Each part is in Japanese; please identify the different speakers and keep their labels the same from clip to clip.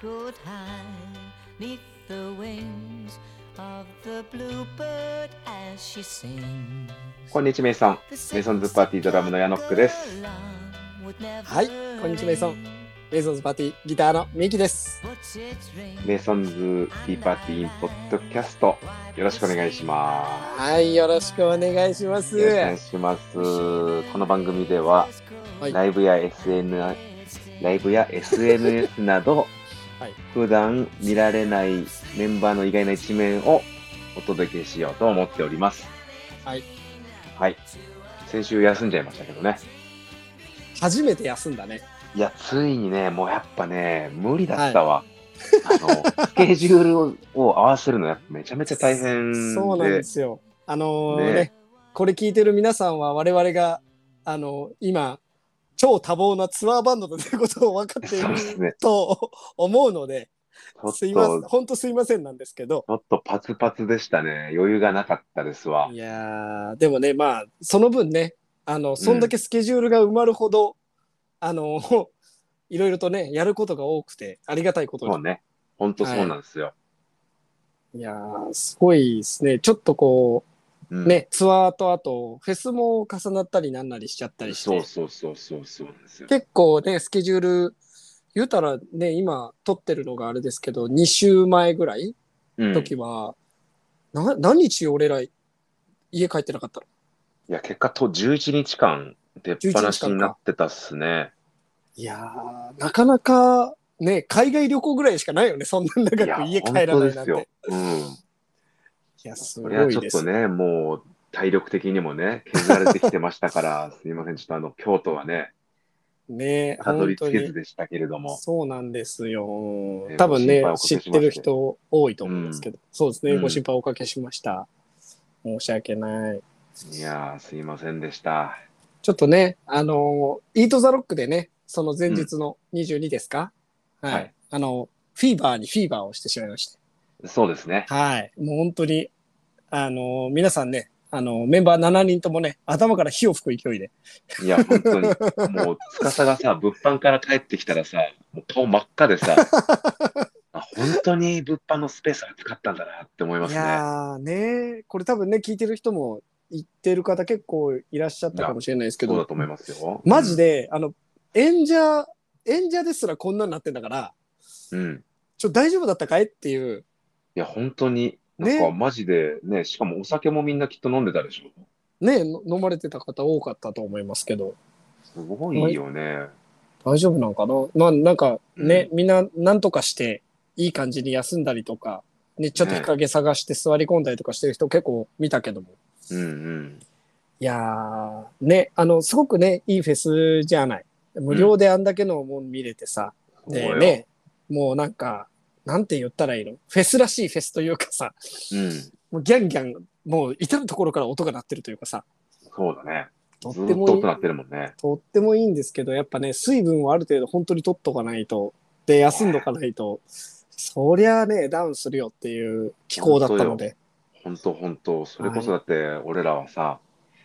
Speaker 1: echoed high neath the wings of the bluebird as she sings.
Speaker 2: こんにちは、メイソン。
Speaker 1: メイソンズパーティードラムの矢野福です。
Speaker 3: はいこんにちはメイソン。レイソンズパーティーギターのミキです。
Speaker 2: メイソンズティーパーティーインポッドキャスト、よろしくお願いしま。
Speaker 3: はい、よろしくお願いしますす。
Speaker 2: よろしくお願いします。この番組では、
Speaker 3: はい
Speaker 2: ライブや SNS、ライブや SNS など、
Speaker 3: はい
Speaker 2: 普段見られないメンバーの意外な一面をお届けしようと思っております。
Speaker 3: はい。
Speaker 2: はい。先週休んじゃいましたけどね。
Speaker 3: 初めて休んだね。
Speaker 2: いや、ついにね、もうやっぱね、無理だったわ。あの、スケジュールを合わせるのやっぱめちゃめちゃ大変で。
Speaker 3: そうなんですよ。あのーね
Speaker 2: ね
Speaker 3: これ聞いてる皆さんは我々が、あのー今、超多忙なツアーバンドだということを分かってい
Speaker 2: そうですね
Speaker 3: ると思うので、す
Speaker 2: ち
Speaker 3: いませ
Speaker 2: ょ
Speaker 3: ん、
Speaker 2: っと、ち
Speaker 3: 本当すいませんなんですけど、
Speaker 2: ょっとパツパツでしたね。余裕がなかったですわ
Speaker 3: い。やーでもね、まあ、その分ね、あの、そんだけスケジュールが埋まるほど、あのーいろいろとね、やることが多くて、ありがたいことに
Speaker 2: そうね。ほんとそうなんですよ。
Speaker 3: いやー、すごいですね。ちょっとこ
Speaker 2: う
Speaker 3: う、
Speaker 2: ん
Speaker 3: ね、ツアーとあと、フェスも重なったりなんなりしちゃったりし
Speaker 2: そう
Speaker 3: て、
Speaker 2: そうそうそうそうなんですよ。
Speaker 3: 結構ね、スケジュール、言うたらね、今撮ってるのがあれですけど、2週前ぐらい
Speaker 2: うん、
Speaker 3: 時は、な何日俺ら家帰ってなかったの
Speaker 2: いや、結果と11日間出っ放しになってたっすね。
Speaker 3: いやー、なかなか、ね、海外旅行ぐらいしかないよね、そんな長
Speaker 2: いや、
Speaker 3: く家
Speaker 2: 本
Speaker 3: 帰ら
Speaker 2: 当
Speaker 3: な
Speaker 2: で
Speaker 3: いな
Speaker 2: す
Speaker 3: んて。
Speaker 2: よ。うん。
Speaker 3: いや、す
Speaker 2: こ
Speaker 3: ご
Speaker 2: れはいちょっ
Speaker 3: です
Speaker 2: とね、もう体力的にもね、削られてきてました から、すいません、ちょっとあの、京都はね、
Speaker 3: ね。
Speaker 2: たどり
Speaker 3: 本当
Speaker 2: 着け
Speaker 3: に
Speaker 2: ず。でしたけれども。
Speaker 3: そうなんですよ
Speaker 2: えー。
Speaker 3: 多分ね
Speaker 2: ご心配お、かけしま
Speaker 3: 知っ
Speaker 2: して
Speaker 3: てる人多いと思うんですけど、そうですね、
Speaker 2: うん
Speaker 3: ご心配おかけしました。申し訳ない。
Speaker 2: いやー、すいませんでした。
Speaker 3: ちょっとね、あのー、イート・ザ・ロックでね、その前日の22ですか、はい、
Speaker 2: はい
Speaker 3: あの、フィーバーにフィーバーをしてしまいまして。
Speaker 2: そうですね。
Speaker 3: はい。もう本当に、あのー、皆さんね、あのー、メンバー7人ともね、頭から火を吹く勢いで。
Speaker 2: いや、本当に、もう、司がさ、物販から帰ってきたらさ、もう顔真っ赤で さ、あ本当に物販のスペースは使ったんだなって思います
Speaker 3: い
Speaker 2: ね。
Speaker 3: やーね、これ多分ね、聞いてる人も言ってる方結構いらっしゃったかもしれないですけ
Speaker 2: そう
Speaker 3: ど
Speaker 2: だ、と思いますよ。
Speaker 3: マジで、あの、演者、演者ですらこんなになってんだから、
Speaker 2: うん。うん。
Speaker 3: ちょ、大丈夫だったかいっていう。
Speaker 2: いや、本当に、なん
Speaker 3: ね
Speaker 2: か、マジでね、しかもお酒もみんなきっと飲んでたでしょ。
Speaker 3: ね、の飲まれてた方多かったと思いますけど、
Speaker 2: すごいよね。
Speaker 3: 大丈夫なんかなまあ、なんかね、みんななんとかして、いい感じに休んだりとか、ね、ちょっと日陰探して座り込んだりとかしてる人結構見たけども。
Speaker 2: うんうん。
Speaker 3: いやー、ね、あの、すごくね、いいフェスじゃない。無料であんだけのもん見れてさ、
Speaker 2: そう
Speaker 3: で
Speaker 2: よ
Speaker 3: ね、もうなんか、なんて言ったらいいのフェスらしいフェスというかさ、
Speaker 2: うん。
Speaker 3: もうギャンギャン、もう至る所から音が鳴ってるというかさ、
Speaker 2: そうだね。
Speaker 3: とっ
Speaker 2: ずー
Speaker 3: て
Speaker 2: っと
Speaker 3: もい
Speaker 2: 音
Speaker 3: い、
Speaker 2: なってるもんね。
Speaker 3: とってもいいんですけど、やっぱね、水分をある程度本当に取っとかないと、で、休んどかないと、そりゃあね、ダウンするよっていう気候だったので、
Speaker 2: 本当本当それこそだって、俺らはさ、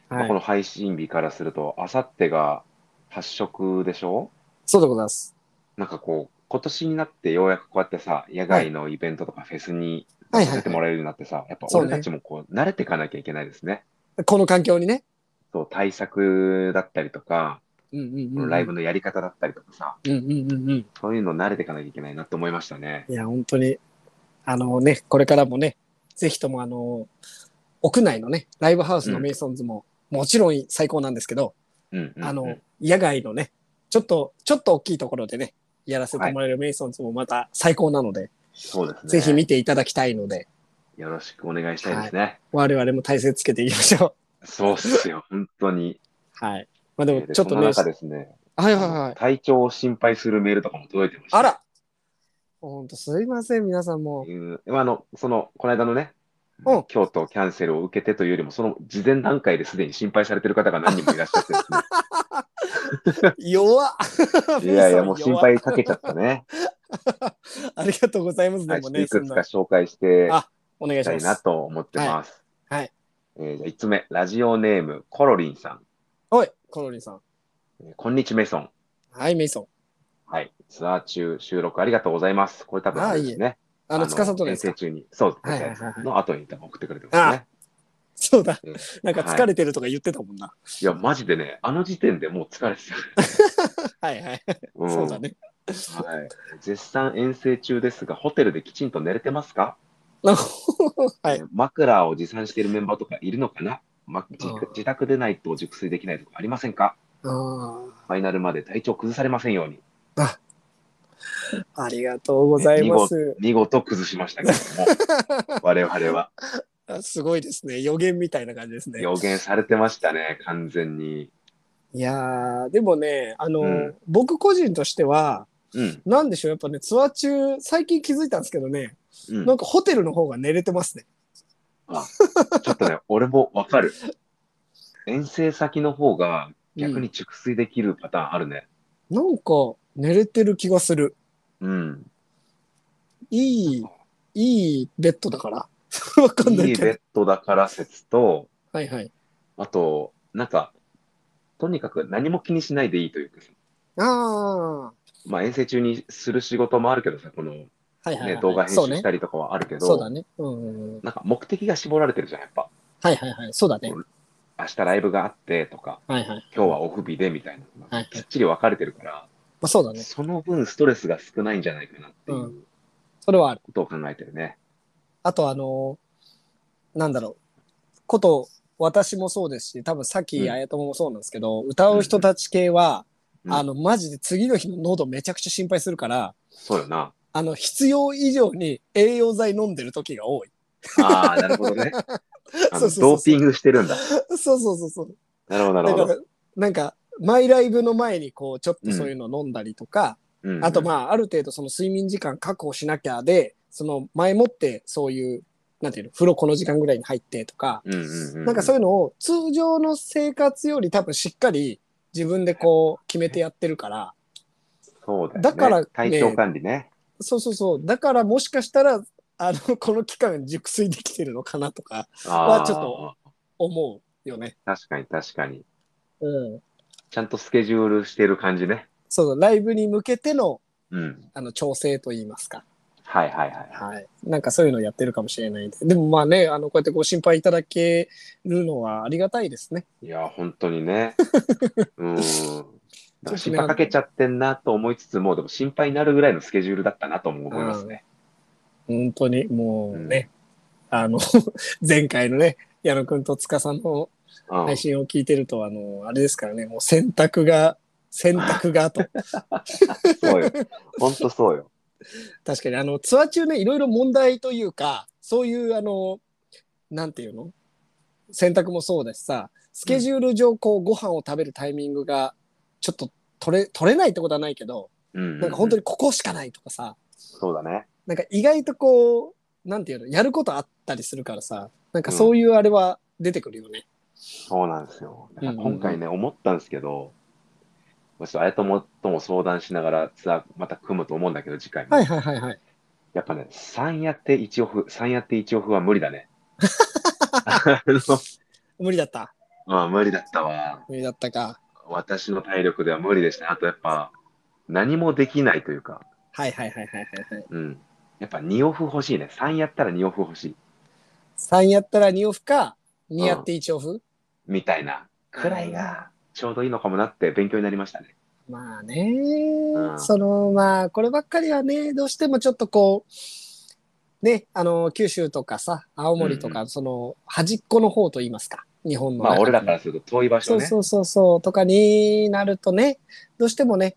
Speaker 2: ま
Speaker 3: は
Speaker 2: あこ
Speaker 3: い、
Speaker 2: の配信日からすると、あさってが発色でしょ
Speaker 3: そうでございます。
Speaker 2: なんかこう、今年になってようやくこうやってさ、野外のイベントとかフェスに
Speaker 3: はい
Speaker 2: 出さ
Speaker 3: はい
Speaker 2: せてもらえるようになってさ、やっぱ
Speaker 3: そう
Speaker 2: 俺
Speaker 3: ね
Speaker 2: たちもこう、慣れていかなきゃいけないですね。
Speaker 3: この環境にね。
Speaker 2: そう、対策だったりとか、
Speaker 3: うんうんうん、
Speaker 2: ライブのやり方だったりとかさ、
Speaker 3: うんうんうんうん。
Speaker 2: そういうの慣れていかなきゃいけないなって思いましたね。
Speaker 3: いや、本当に、あのね、これからもね、ぜひともあの、屋内のね、ライブハウスのメイソンズも、もちろん最高なんですけど、
Speaker 2: うんうんうん
Speaker 3: あの、野外のね、ちょっと、ちょっと大きいところでね、やらせてもらえるメイソンズもまた最高なので、
Speaker 2: そうですね。
Speaker 3: ぜひ見ていただきたいので、
Speaker 2: よろしくお願いしたいですね。
Speaker 3: 我々も体勢つけていきましょ
Speaker 2: そうっすよ、本当に。
Speaker 3: う。 はい。まあでも、
Speaker 2: で
Speaker 3: ちょっと
Speaker 2: そんな
Speaker 3: ね、
Speaker 2: 中ですね、
Speaker 3: はいはいはい。
Speaker 2: 体調を心配するメールとかも届いてました。
Speaker 3: あら本当すいません、皆さんもう。
Speaker 2: うんまああの、その、この間のね
Speaker 3: うん、
Speaker 2: 京都キャンセルを受けてというよりも、その事前段階ですでに心配されてる方が何人もいらっしゃって です
Speaker 3: 弱っ
Speaker 2: ね、いやいや、もう
Speaker 3: メイソン
Speaker 2: 心
Speaker 3: 弱っ
Speaker 2: 配かけちゃったね。
Speaker 3: ありがとうございます、
Speaker 2: は
Speaker 3: で
Speaker 2: い、ちょっ
Speaker 3: も
Speaker 2: とい
Speaker 3: ね、
Speaker 2: く
Speaker 3: そん
Speaker 2: つか
Speaker 3: な。
Speaker 2: 紹介してい
Speaker 3: あお願い
Speaker 2: き
Speaker 3: したま
Speaker 2: い
Speaker 3: す。
Speaker 2: なと思ってます。
Speaker 3: はいはい
Speaker 2: えーじゃあ5つ目、ラジオネーム、コロリンさん。
Speaker 3: おい、コロリンさん。
Speaker 2: えーこんにちはメソン。
Speaker 3: はい、メイソン。
Speaker 2: はい。ツアー中、収録ありがとうございます。これ多分、
Speaker 3: ああ
Speaker 2: れですね。
Speaker 3: あの、つかさとで
Speaker 2: 遠
Speaker 3: す
Speaker 2: 征
Speaker 3: か。
Speaker 2: 中に、そう
Speaker 3: はいはい
Speaker 2: で
Speaker 3: はい
Speaker 2: すね。の後に多分送ってくれてますね。
Speaker 3: そうだ
Speaker 2: うん。
Speaker 3: なんか疲れてるとか言ってたもんな。
Speaker 2: いや、マジでね、あの時点でもう疲れてた。
Speaker 3: はいはい。
Speaker 2: うん
Speaker 3: そうだね。
Speaker 2: はい。絶賛遠征中ですが、ホテルできちんと寝れてますか
Speaker 3: はい。
Speaker 2: 枕を持参しているメンバーとかいるのかな、ま、自
Speaker 3: うん
Speaker 2: 自宅でないと熟睡できないとかありませんか
Speaker 3: あ
Speaker 2: ファイナルまで体調崩されませんように。
Speaker 3: あ、ありがとうございます。
Speaker 2: 見事崩しましたけども、 我々は
Speaker 3: あすごいですね。予言みたいな感じですね。
Speaker 2: 予言されてましたね、完全に。
Speaker 3: いやー、でもね、あの、
Speaker 2: うん
Speaker 3: 僕個人としては、
Speaker 2: うん。
Speaker 3: なんでしょう、やっぱね、ツアー中、最近気づいたんですけどね、
Speaker 2: うん、
Speaker 3: なんかホテルの方が寝れてますね。
Speaker 2: ちょっとね、俺もわかる。遠征先の方が逆に熟睡できるパターンあるね。
Speaker 3: なんか、寝れてる気がする。
Speaker 2: うん。
Speaker 3: いい、いいベッドだから。 わかんないい
Speaker 2: い
Speaker 3: けど
Speaker 2: ベ。ッドだから説と、
Speaker 3: はいはい。
Speaker 2: あと、なんか、とにかく何も気にしないでいいというか、
Speaker 3: ああ、は
Speaker 2: まあ遠征中にする仕事もあるけどさ、この、ね、
Speaker 3: いはい、はい
Speaker 2: 動画編
Speaker 3: そう
Speaker 2: 集し
Speaker 3: ね。
Speaker 2: たりとかはあるけ
Speaker 3: そう
Speaker 2: ど、
Speaker 3: だね。うんうんうん。
Speaker 2: なんか目的が絞られてるじゃん、やっぱ。
Speaker 3: はいはいはい。そうだね。
Speaker 2: 明日ライブがあってとか、
Speaker 3: はいはい。
Speaker 2: 今日はオフ日でみたいな、
Speaker 3: はいはい
Speaker 2: きっちり分かれてるから、
Speaker 3: まあそうだね。
Speaker 2: その分ストレスが少ないんじゃないかなっていうう
Speaker 3: それはある。
Speaker 2: ことを考えてるね。
Speaker 3: あとあのーなんだろう。こと、私もそうですし、多分さっ
Speaker 2: う
Speaker 3: き
Speaker 2: ん
Speaker 3: あやとももそうなんですけど、歌う人たち系は、
Speaker 2: うん
Speaker 3: あの、マジで次の日の喉めちゃくちゃ心配するから、
Speaker 2: そうよ な。
Speaker 3: あの、必要以上に栄養剤飲んでる時が多い。
Speaker 2: ああ、なるほどね。あの
Speaker 3: そうそうそう
Speaker 2: ドーピングしてるんだ。
Speaker 3: そうそうそうそう。
Speaker 2: なるほど、な
Speaker 3: だ
Speaker 2: る
Speaker 3: か
Speaker 2: ほど
Speaker 3: ら。、なんか、マイライブの前にこう、ちょっとそういうの飲んだりとか、
Speaker 2: うん
Speaker 3: あとまあ、ある程度その睡眠時間確保しなきゃで、その前もってそういう、なんていうの、風呂この時間ぐらいに入ってとか、
Speaker 2: うんうんうん、
Speaker 3: なんかそう
Speaker 2: う
Speaker 3: いうのを通常の生活より多分しっかり自分でこう決めてやってるから、
Speaker 2: そうだよね、
Speaker 3: だからね
Speaker 2: 体調管理ね。
Speaker 3: そうそうそう、だからもしかしたら、あの、 この期間熟睡できてるのかなとか
Speaker 2: あ
Speaker 3: は
Speaker 2: あ、
Speaker 3: ちょっと思うよね。
Speaker 2: 確かに確かに。
Speaker 3: うん。
Speaker 2: ちゃんとスケジュールしてる感じね。
Speaker 3: そうそう、ライブに向けての、
Speaker 2: うん。
Speaker 3: あの、調整といいますか。
Speaker 2: はいはいはい。
Speaker 3: はい。なんかそういうのやってるかもしれないんで。でもまあね、あの、こうやってご心配いただけるのはありがたいですね。
Speaker 2: いや、本当にね。うん。だから
Speaker 3: ちょっと
Speaker 2: 心
Speaker 3: ね
Speaker 2: 配かけちゃってんなと思いつつも、でも心配になるぐらいのスケジュールだったなとも思いますね。
Speaker 3: 本当にもうね、あの 前回のね矢野くんと塚さんの
Speaker 2: うん
Speaker 3: 配信を聞いてると、あのあれですからねもう選択が選択が と
Speaker 2: そうよ。本当そうよ。
Speaker 3: 確かにあのツアー中ねいろいろ問題というかそういうあのなんていうの選択もそうだしさスケジュール上こうご飯を食べるタイミングがちょっと取れ取れないってことはないけど
Speaker 2: うんうんうん
Speaker 3: なんか本当にここしかないとかさ
Speaker 2: そうだね。
Speaker 3: なんか意外とこう、なんていうの、やることあったりするからさ、なんかそういうあれは出てくるよね。
Speaker 2: そうなんですよ。だから
Speaker 3: うんうんうん
Speaker 2: 今回ね、思ったんですけど、もうちょっとあやともとも相談しながらツアーまた組むと思うんだけど、次回も。
Speaker 3: はいはいはいはい。
Speaker 2: やっぱね、3やって1オフ、3やって1オフは無理だね。あの
Speaker 3: 無理だった。
Speaker 2: まあ、無理だったわ。
Speaker 3: 無理だったか。
Speaker 2: 私の体力では無理でしたね。あとやっぱ、何もできないというか、
Speaker 3: はいはいはいはいはいはい。
Speaker 2: うん。やっぱ2オフ欲しいね。3やったら2オフ欲しい。
Speaker 3: 3やったら2オフか、2やって1オフ、
Speaker 2: みたいなくらいが、ちょうどいいのかもなって勉強になりましたね。
Speaker 3: まあね、
Speaker 2: ん
Speaker 3: そのまあこればっかりはね、どうしてもちょっとこう、ね、あの、九州とかさ、青森とか、
Speaker 2: う
Speaker 3: その端っこの方といいますか、日本の
Speaker 2: まあ、俺らかららすると遠い場所
Speaker 3: そう
Speaker 2: ね。
Speaker 3: そうそうそうとかになるとねどうしてもね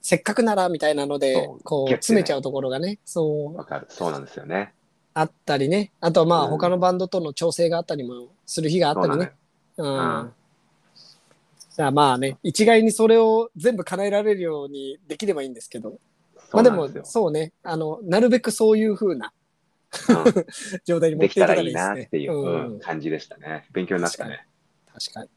Speaker 3: せっかくならみたいなので
Speaker 2: そう
Speaker 3: こう
Speaker 2: ギュッてね
Speaker 3: 詰めちゃうところがねそう
Speaker 2: わかる。そうなんですよね。
Speaker 3: あったりねあとはまあ
Speaker 2: うん
Speaker 3: 他のバンドとの調整があったりもする日があっ
Speaker 2: そう
Speaker 3: た
Speaker 2: な
Speaker 3: り
Speaker 2: のよ
Speaker 3: ね。うん
Speaker 2: うん
Speaker 3: じゃあまあね一概にそれを全部叶えられるようにできればいいんですけど
Speaker 2: そ
Speaker 3: まあ
Speaker 2: う
Speaker 3: で
Speaker 2: なん
Speaker 3: も
Speaker 2: ですよ。
Speaker 3: そうねあのなるべくそういう風な
Speaker 2: うん
Speaker 3: 状 態に持
Speaker 2: で
Speaker 3: って
Speaker 2: き
Speaker 3: いけ
Speaker 2: た
Speaker 3: た
Speaker 2: ら
Speaker 3: らい
Speaker 2: い
Speaker 3: い
Speaker 2: い
Speaker 3: で
Speaker 2: な
Speaker 3: す
Speaker 2: っ
Speaker 3: ね
Speaker 2: ていう
Speaker 3: うん
Speaker 2: うん感じでしたね。勉強になったね。
Speaker 3: 確かに。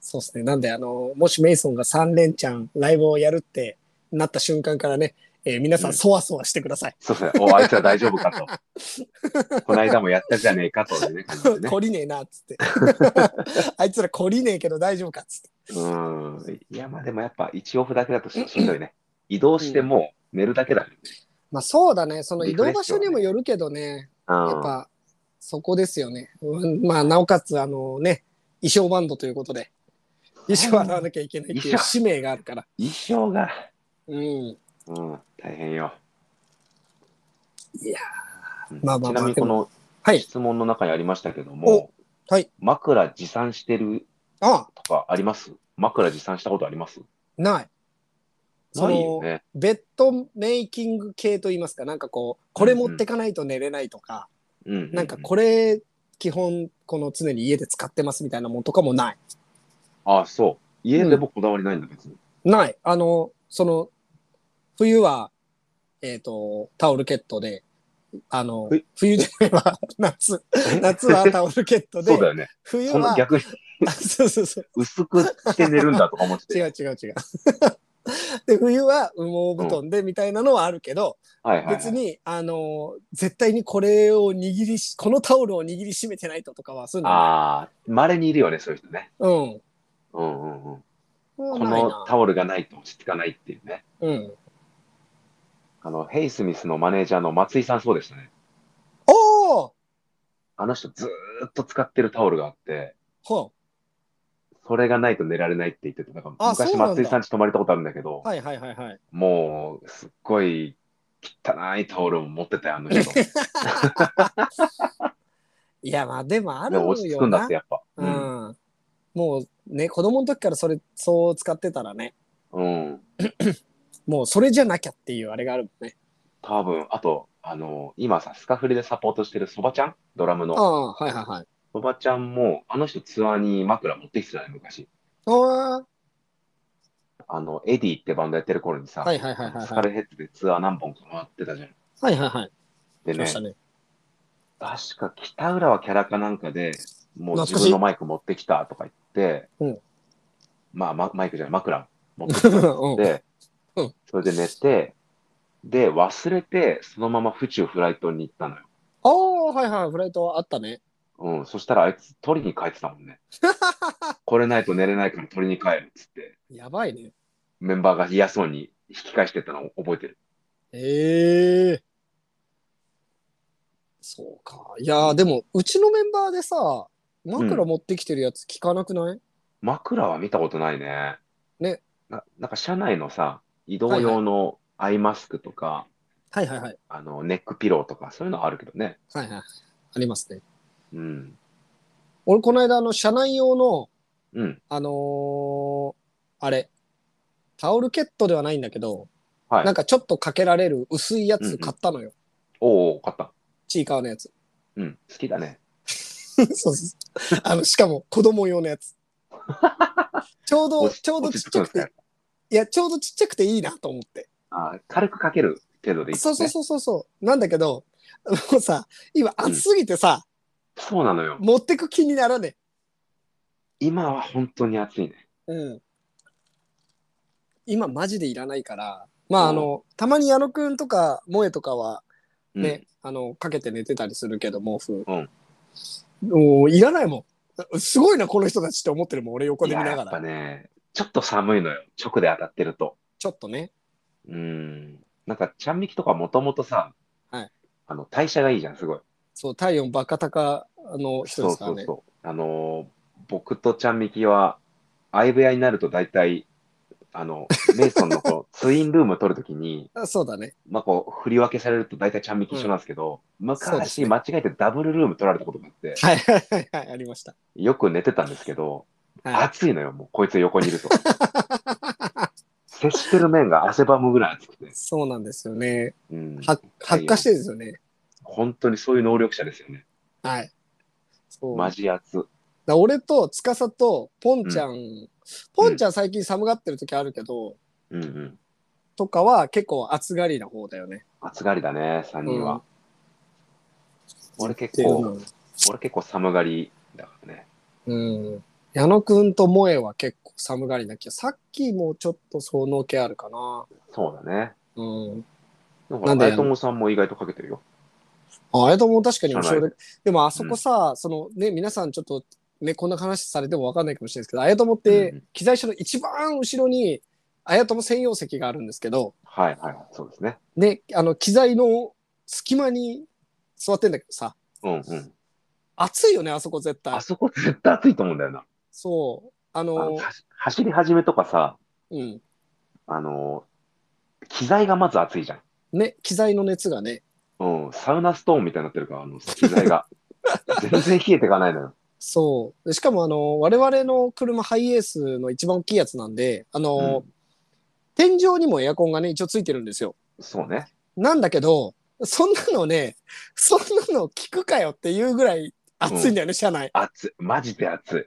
Speaker 3: そうですね。なんで、あの、もしメイソンが3連チャンライブをやるってなった瞬間からね、えー皆さ
Speaker 2: うんん
Speaker 3: そわそわしてください。
Speaker 2: そうそう。お、あいつは大丈夫かと。 この間もやったじゃねえかというね、感じでね。
Speaker 3: 懲りねえな、っつって。 あいつら懲りねえけど大丈夫か、っつって。
Speaker 2: うん。いや、まあでもやっぱ1オフだけだとししんどいね。移動してもう寝るだけだからね。
Speaker 3: まあそうだね、その移動
Speaker 2: リフレ
Speaker 3: 場所
Speaker 2: ッシュはね
Speaker 3: にもよるけどね、やっ
Speaker 2: あ
Speaker 3: ぱそこですよね。うんまあなおかつ、あのね、衣装バンドということで、衣装を洗わなきゃいけないっていう
Speaker 2: 衣装
Speaker 3: 使命があるから。
Speaker 2: 衣装が、
Speaker 3: うん。
Speaker 2: うん、大変よ。
Speaker 3: いや
Speaker 2: うん
Speaker 3: まあまあまあ
Speaker 2: ちなみにこの
Speaker 3: はい。
Speaker 2: 質問の中にありましたけども、
Speaker 3: はい。
Speaker 2: 枕持参してる
Speaker 3: ああ、
Speaker 2: とかあります枕持参したことあります
Speaker 3: ない。そ
Speaker 2: ないよ
Speaker 3: の、
Speaker 2: ね。
Speaker 3: ベッドメイキング系といいますか、なんかこう、これ持ってかないと寝れないとか、
Speaker 2: うう
Speaker 3: なんかこれ、基本、この常に家で使ってますみたいなもんとかもない。
Speaker 2: ああ、そう。家でもこだわりないんだ、別に。
Speaker 3: ない。あの、その、冬は、えっ、と、タオルケットで、あの
Speaker 2: え、
Speaker 3: 冬では 夏、夏はタオルケッ ト
Speaker 2: そうだ
Speaker 3: で、
Speaker 2: よね。
Speaker 3: 冬
Speaker 2: この
Speaker 3: は、
Speaker 2: 逆に
Speaker 3: そうそうそう、
Speaker 2: 薄くして寝るんだとか思って
Speaker 3: 違
Speaker 2: て。
Speaker 3: う違う違う。で、冬は羽毛布団でみたいなのはあるけど、
Speaker 2: はいはいはい。
Speaker 3: 別に、あの、絶対にこれを握りし、このタオルを握りしめてないととかは、そういうのは、
Speaker 2: ああ、稀にいるよね、そういう人ね。
Speaker 3: うん。
Speaker 2: うんうんうん。
Speaker 3: こ
Speaker 2: このタオルがないと落ち着かないっていうね。
Speaker 3: うん。
Speaker 2: あの、ヘイスミスのマネージャーの松井さんそうでしたね。
Speaker 3: おー
Speaker 2: あの人ずーっと使ってるタオルがあって、
Speaker 3: ほ
Speaker 2: それがないと寝られないって言ってて、なんか
Speaker 3: あ
Speaker 2: 昔
Speaker 3: そうなんだ
Speaker 2: 松井さんち泊まれたことあるんだけど
Speaker 3: う、はいはいはいはい。
Speaker 2: もうすっごい汚いタオルを持ってたよ、あの人。
Speaker 3: いや、まあ、で もあ
Speaker 2: で
Speaker 3: るよ
Speaker 2: も
Speaker 3: な。
Speaker 2: 落ち着くんだって、やっぱ。
Speaker 3: う
Speaker 2: うん。
Speaker 3: んもうね、子供の時からそれ、そう使ってたらね、
Speaker 2: うん。
Speaker 3: もうそれじゃなきゃっていうあれがあるもんね。
Speaker 2: 多分、あと、あの、今さ、スカフリでサポートしてるそばちゃんドラム
Speaker 3: あ
Speaker 2: の。
Speaker 3: あ、はいはいはい。
Speaker 2: そばちゃんも、あの人ツアーに枕持ってきてたね、昔。
Speaker 3: あ
Speaker 2: あの、エディってバンドやってる頃にさ、
Speaker 3: あ、はいはいはいはい。
Speaker 2: スカルヘッドでツアー何本か回ってたじゃん。
Speaker 3: はいはいはい。
Speaker 2: で
Speaker 3: しま
Speaker 2: ね
Speaker 3: し、たね。
Speaker 2: 確か北浦はキャラかなんかで、もう
Speaker 3: 懐かしい
Speaker 2: 自分のマイク持ってきたとか言って、
Speaker 3: うん
Speaker 2: まあ、まマイクじゃない、枕持ってき
Speaker 3: うん
Speaker 2: て、
Speaker 3: うん
Speaker 2: それで寝て、で、忘れて、そのまま府中フライトに行ったのよ。
Speaker 3: ああ、はいはい。フライトあったね。
Speaker 2: うん、そしたらあいつ取りに帰ってたもん ね。これないと寝れないから取りに帰るっつって、
Speaker 3: やばいね。
Speaker 2: メンバーが嫌そうに引き返してったのを覚えてる。
Speaker 3: ええそうか。いやー、でも、うちのメンバーでさ、枕持ってきてるやつ聞かなくない、
Speaker 2: 枕は見たことないね。
Speaker 3: ね。
Speaker 2: ななんか車内のさ、移動用のアイマスクとか、
Speaker 3: はいはいはい。
Speaker 2: あのネックピローとか、そういうのあるけどね。
Speaker 3: はいはい。ありますね。
Speaker 2: うん。
Speaker 3: 俺、この間、あの、車内用の、
Speaker 2: うん。
Speaker 3: あのーあれ、タオルケットではないんだけど、
Speaker 2: はい
Speaker 3: なんかちょっとかけられる薄いやつ買ったのよ。
Speaker 2: おお、買った。
Speaker 3: チーカーのやつ。
Speaker 2: うん。好きだね。
Speaker 3: そうそうあの、しかも子供用の やつ。ちょうど、
Speaker 2: 落
Speaker 3: ちょうどち
Speaker 2: 落
Speaker 3: っ
Speaker 2: 着
Speaker 3: ちゃ
Speaker 2: くん
Speaker 3: く
Speaker 2: ですか
Speaker 3: て、いや、ちょうどちっちゃくていいなと思って。
Speaker 2: あー軽くかける程度でいい、ね。
Speaker 3: そうそうそうそうそう。なんだけど、もうさ、今暑すぎてさ、
Speaker 2: う。そうなのよ。
Speaker 3: 持ってく気にならね
Speaker 2: 今は本当に暑いね。
Speaker 3: え。うん。今マジでいらないから、まああの、たまに矢野くんとか萌えとかは、
Speaker 2: うん、
Speaker 3: ね、あの、かけて寝てたりするけど、毛布。
Speaker 2: うん
Speaker 3: もういらないもん。すごいな、この人たちって思ってるもん、俺横
Speaker 2: い
Speaker 3: で
Speaker 2: や
Speaker 3: 見な
Speaker 2: や
Speaker 3: が
Speaker 2: っぱ
Speaker 3: ら。
Speaker 2: ね、ちょっと寒いのよ。直で当たってると。
Speaker 3: ちょっとね。
Speaker 2: うん。なんか、ちゃんみきとかもともとさ、
Speaker 3: はい
Speaker 2: あの代謝がいいじゃん、すごい。
Speaker 3: そう、体温バカ高の人ですから
Speaker 2: そうそう
Speaker 3: ね。
Speaker 2: そう。あのー僕とちゃんみきは、相部屋になると大体、あ の、メイソンのこうツインルーム取るときに、
Speaker 3: あそうだね。
Speaker 2: まあ、こう、振り分けされると大体ちゃんみき一緒なんですけど、
Speaker 3: そうです
Speaker 2: 昔、
Speaker 3: ね
Speaker 2: 間違えてダブルルーム取られたことがあって、
Speaker 3: はいはいはいはい、ありました。
Speaker 2: よく寝てたんですけど、
Speaker 3: はい、
Speaker 2: 暑いのよ、もう、こいつ横にい ると。接してる面が汗ばむぐらい暑くて。
Speaker 3: そうなんですよね。
Speaker 2: うん。
Speaker 3: は発火してるんですよね。
Speaker 2: 本当にそういう能力者ですよね。
Speaker 3: はい。そう
Speaker 2: マジ暑。
Speaker 3: だ俺と司とポンちゃん、ポンちゃん最近寒がってる時あるけど、
Speaker 2: うんうん。
Speaker 3: とかは結構暑がりな方だよね。
Speaker 2: 暑がりだね、3人は。俺
Speaker 3: って
Speaker 2: 結
Speaker 3: いう
Speaker 2: 構
Speaker 3: のは
Speaker 2: 俺結構寒がりだからね。
Speaker 3: うん。矢野くんと萌えは結構寒がりな気が。さっきもちょっとその気あるかな。
Speaker 2: そうだね。
Speaker 3: うん。
Speaker 2: なん
Speaker 3: な
Speaker 2: か、
Speaker 3: んで
Speaker 2: 大友さんも意外とかけてるよ。
Speaker 3: ああれとも確かにお
Speaker 2: 知らな
Speaker 3: で
Speaker 2: い。
Speaker 3: でもあそこさ、そのね、皆さんちょっとね、こんな話されてもわかんないかもしれないですけど、あやともって
Speaker 2: うん
Speaker 3: 機材車の一番後ろに、綾友専用席があるんですけど、
Speaker 2: はいはい。そうですね。
Speaker 3: で、あの、機材の隙間に座ってんだけどさ、
Speaker 2: うんうん。
Speaker 3: 暑いよね、あそこ絶対
Speaker 2: あ。そこ絶対暑いと思うんだよな。
Speaker 3: そう。あ
Speaker 2: あの
Speaker 3: の、
Speaker 2: はし走り始めとかさ、
Speaker 3: うん。
Speaker 2: あの、機材がまず暑いじゃん。
Speaker 3: ね、機材の熱がね、
Speaker 2: うん、サウナストーンみたいになってるから、あの、機材 が。全然冷えていかないのよ。
Speaker 3: そう。でしかも、あの、我々の車ハイエースの一番大きいやつなんで、あの、天井にもエアコンがね、一応ついてるんですよ。
Speaker 2: そうね。
Speaker 3: なんだけど、そんなのね、そんなの聞くかよっていうぐらい暑いんだよね、車内。
Speaker 2: 暑い。マジで暑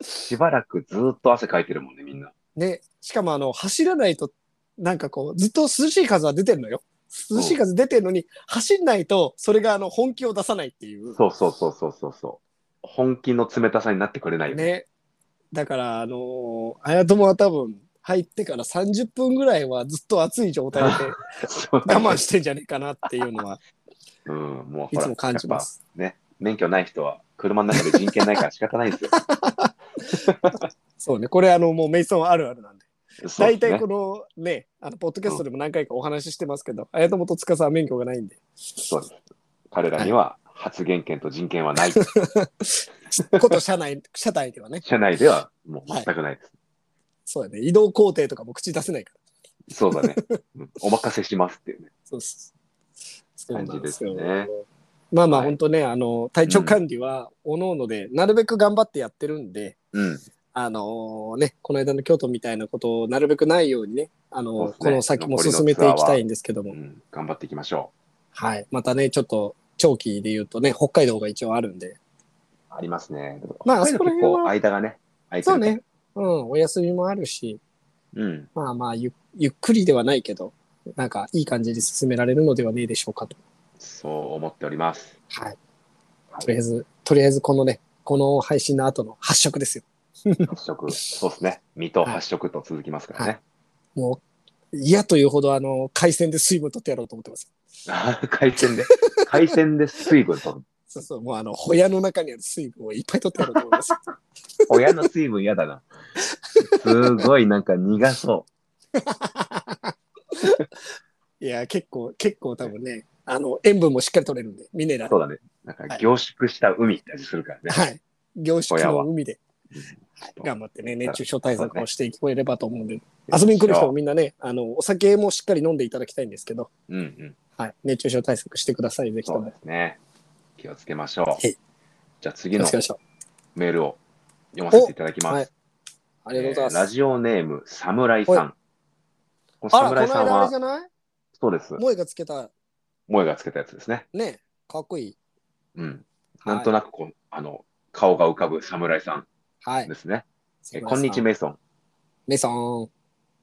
Speaker 2: い。しばらくずーっと汗かいてるもんね、みんな。
Speaker 3: ね、しかもあの、走らないと、なんかこう、ずっと涼しい風は出てるのよ。涼しい風出てるのに、走んないと、それがあの、本気を出さないっていう。
Speaker 2: そうそうそうそうそうそう。本気の冷たさになってくれないよね。
Speaker 3: ね。だから、あのー、あやともは多分、入ってから30分ぐらいはずっと暑い状態で
Speaker 2: そう
Speaker 3: 我慢してんじゃねえかなっていうのは、
Speaker 2: うん、もうほ
Speaker 3: い
Speaker 2: ら
Speaker 3: つも感 じます。
Speaker 2: やっぱね、免許ない人は車の中で人権ないから仕方ないんです よ。
Speaker 3: そうね。これ、あの、もうメイソンあるあるなんで。
Speaker 2: そうで
Speaker 3: 大
Speaker 2: すね
Speaker 3: 体このね、あの、ポッドキャストでも何回かお話ししてますけど、あやともとつかさんは免許がないんで、
Speaker 2: そうです。彼らには発言権と人権はない。
Speaker 3: こと社内、社内ではね、
Speaker 2: 社内ではもう全くないです。
Speaker 3: そうだね。移動工程とかも口出せないから。
Speaker 2: そうだね、 うんお任せしますっていうね。
Speaker 3: そうです。そうなんですよ
Speaker 2: 感じですね
Speaker 3: まあまあ、
Speaker 2: はい
Speaker 3: 本当ね、あの、体調管理は、おのので、なるべく頑張ってやってるんで、
Speaker 2: うん。
Speaker 3: あのーね、この間の京都みたいなことをなるべくないようにね、あのー
Speaker 2: そうですね
Speaker 3: この先も進めていきたいんですけど
Speaker 2: う
Speaker 3: も、
Speaker 2: ん、頑張っていきましょ
Speaker 3: はい。またね、ちょっと、長期で言うとね、北海道が一応あるんで、
Speaker 2: う。ありますね。
Speaker 3: ま
Speaker 2: 北海道
Speaker 3: ああそこら
Speaker 2: 結
Speaker 3: 辺は
Speaker 2: 構間がね、空いて
Speaker 3: そう
Speaker 2: るから
Speaker 3: ね、うん、お休みもあるし、
Speaker 2: うん。
Speaker 3: まあまあゆ、ゆっくりではないけど、なんか、いい感じに進められるのではねえでしょうかと。
Speaker 2: そう思っております。
Speaker 3: はい。
Speaker 2: はい
Speaker 3: とりあえず、とりあえずこのね、この配信の後の発色ですよ。
Speaker 2: 発色、そうですね。水戸発色と続きますからね。
Speaker 3: もう、嫌というほど、あの、海鮮で水分取ってやろうと思ってます。
Speaker 2: 海鮮で、海鮮で水分とる。
Speaker 3: そうそう、もうあの、ホヤの中にある水分をいっぱい取ってやろうと思い ます。
Speaker 2: 親の水分嫌だな。すごいなんか苦そ
Speaker 3: いや、結構、結構多分ね、あの、塩分もしっかり取れるんで、ミネラ
Speaker 2: う。
Speaker 3: ル
Speaker 2: そ。うだね。なんか凝縮した海って味するからね。
Speaker 3: はい。凝縮
Speaker 2: ホヤ
Speaker 3: の
Speaker 2: は
Speaker 3: 海で
Speaker 2: うん
Speaker 3: 頑張ってね、熱中症対策をしていければと思うんで、
Speaker 2: よいし
Speaker 3: 遊
Speaker 2: ょ
Speaker 3: びに来る人もみんなね、あの、お酒もしっかり飲んでいただきたいんですけど、
Speaker 2: うんうん。
Speaker 3: はい。熱中症対策してください、ぜひと
Speaker 2: そう
Speaker 3: も
Speaker 2: で。すね。気をつけましょう
Speaker 3: はい。
Speaker 2: じゃあ次
Speaker 3: よろ
Speaker 2: の
Speaker 3: しくお願いします。
Speaker 2: メールを読ませていただき
Speaker 3: おは
Speaker 2: ま
Speaker 3: い
Speaker 2: す。
Speaker 3: ありがとうござい
Speaker 2: えー
Speaker 3: ま
Speaker 2: ラ
Speaker 3: す。
Speaker 2: ジオネーム、サムライさん。この
Speaker 3: あ
Speaker 2: サ
Speaker 3: ら、
Speaker 2: ム
Speaker 3: こ
Speaker 2: ライ
Speaker 3: の
Speaker 2: さん
Speaker 3: 間あれ
Speaker 2: は
Speaker 3: じゃ、ない
Speaker 2: そうです。
Speaker 3: 萌えがつけた、
Speaker 2: 萌えがつけたやつですね。
Speaker 3: ね、かっこいい。
Speaker 2: うん。なんとなくこう、あの、顔が浮かぶサムライさん
Speaker 3: はい。
Speaker 2: ですね。え
Speaker 3: すいませ
Speaker 2: こんにちは、。メイソン。
Speaker 3: メイさん。
Speaker 2: 怒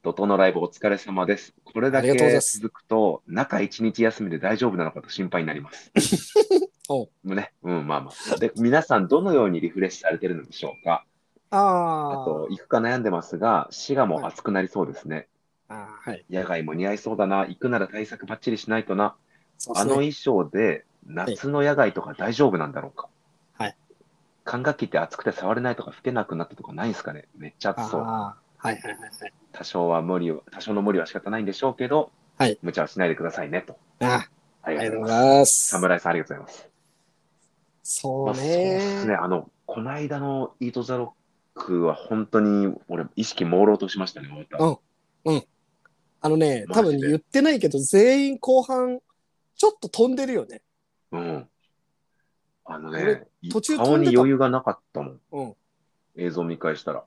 Speaker 2: 涛のライブお疲れ様です。これだ
Speaker 3: ありがとうござい
Speaker 2: け
Speaker 3: ます
Speaker 2: 続くと、中1日休みで大丈夫なのかと心配になり ます。
Speaker 3: おう
Speaker 2: ね、うん、まあまあ。で、皆さん、どのようにリフレッシュされてるのでしょうか。
Speaker 3: あ
Speaker 2: あ
Speaker 3: あ。
Speaker 2: と、行くか悩んでますが、滋賀も暑くなりそうですね。
Speaker 3: あーはい。
Speaker 2: 野外も似合いそうだな。行くなら対策ばっちりしないとな。
Speaker 3: そうで
Speaker 2: あ
Speaker 3: す
Speaker 2: の衣
Speaker 3: ね。
Speaker 2: 装で夏の野外とか大丈夫なんだろうか。
Speaker 3: はい。
Speaker 2: 管楽器って暑くて触れないとか吹けなくなったとかないんですかね。めっちゃ
Speaker 3: あ
Speaker 2: 暑そう。
Speaker 3: あー。はいはいはいはい。
Speaker 2: 多少は無理を、多少の無理は仕方ないんでしょうけど、
Speaker 3: はい
Speaker 2: 無茶はしないでくださいねと。
Speaker 3: あ
Speaker 2: あ
Speaker 3: ー
Speaker 2: り
Speaker 3: あ
Speaker 2: が
Speaker 3: り
Speaker 2: とう
Speaker 3: がとう
Speaker 2: ご
Speaker 3: ご
Speaker 2: ざいます。
Speaker 3: ざいます。
Speaker 2: 侍さんありがとうございます。
Speaker 3: そう
Speaker 2: まあ、そうですね。
Speaker 3: ね。
Speaker 2: あの、この間のイートザロックは本当に俺意識朦朧としましたね、終わった後
Speaker 3: あのね、
Speaker 2: マジで
Speaker 3: 多分言ってないけど、全員後半、ちょっと飛んでるよね。
Speaker 2: うん。あのね
Speaker 3: 俺、途中飛
Speaker 2: 顔
Speaker 3: んでた
Speaker 2: に余裕がなかったもん。
Speaker 3: うん。
Speaker 2: 映像見返したら。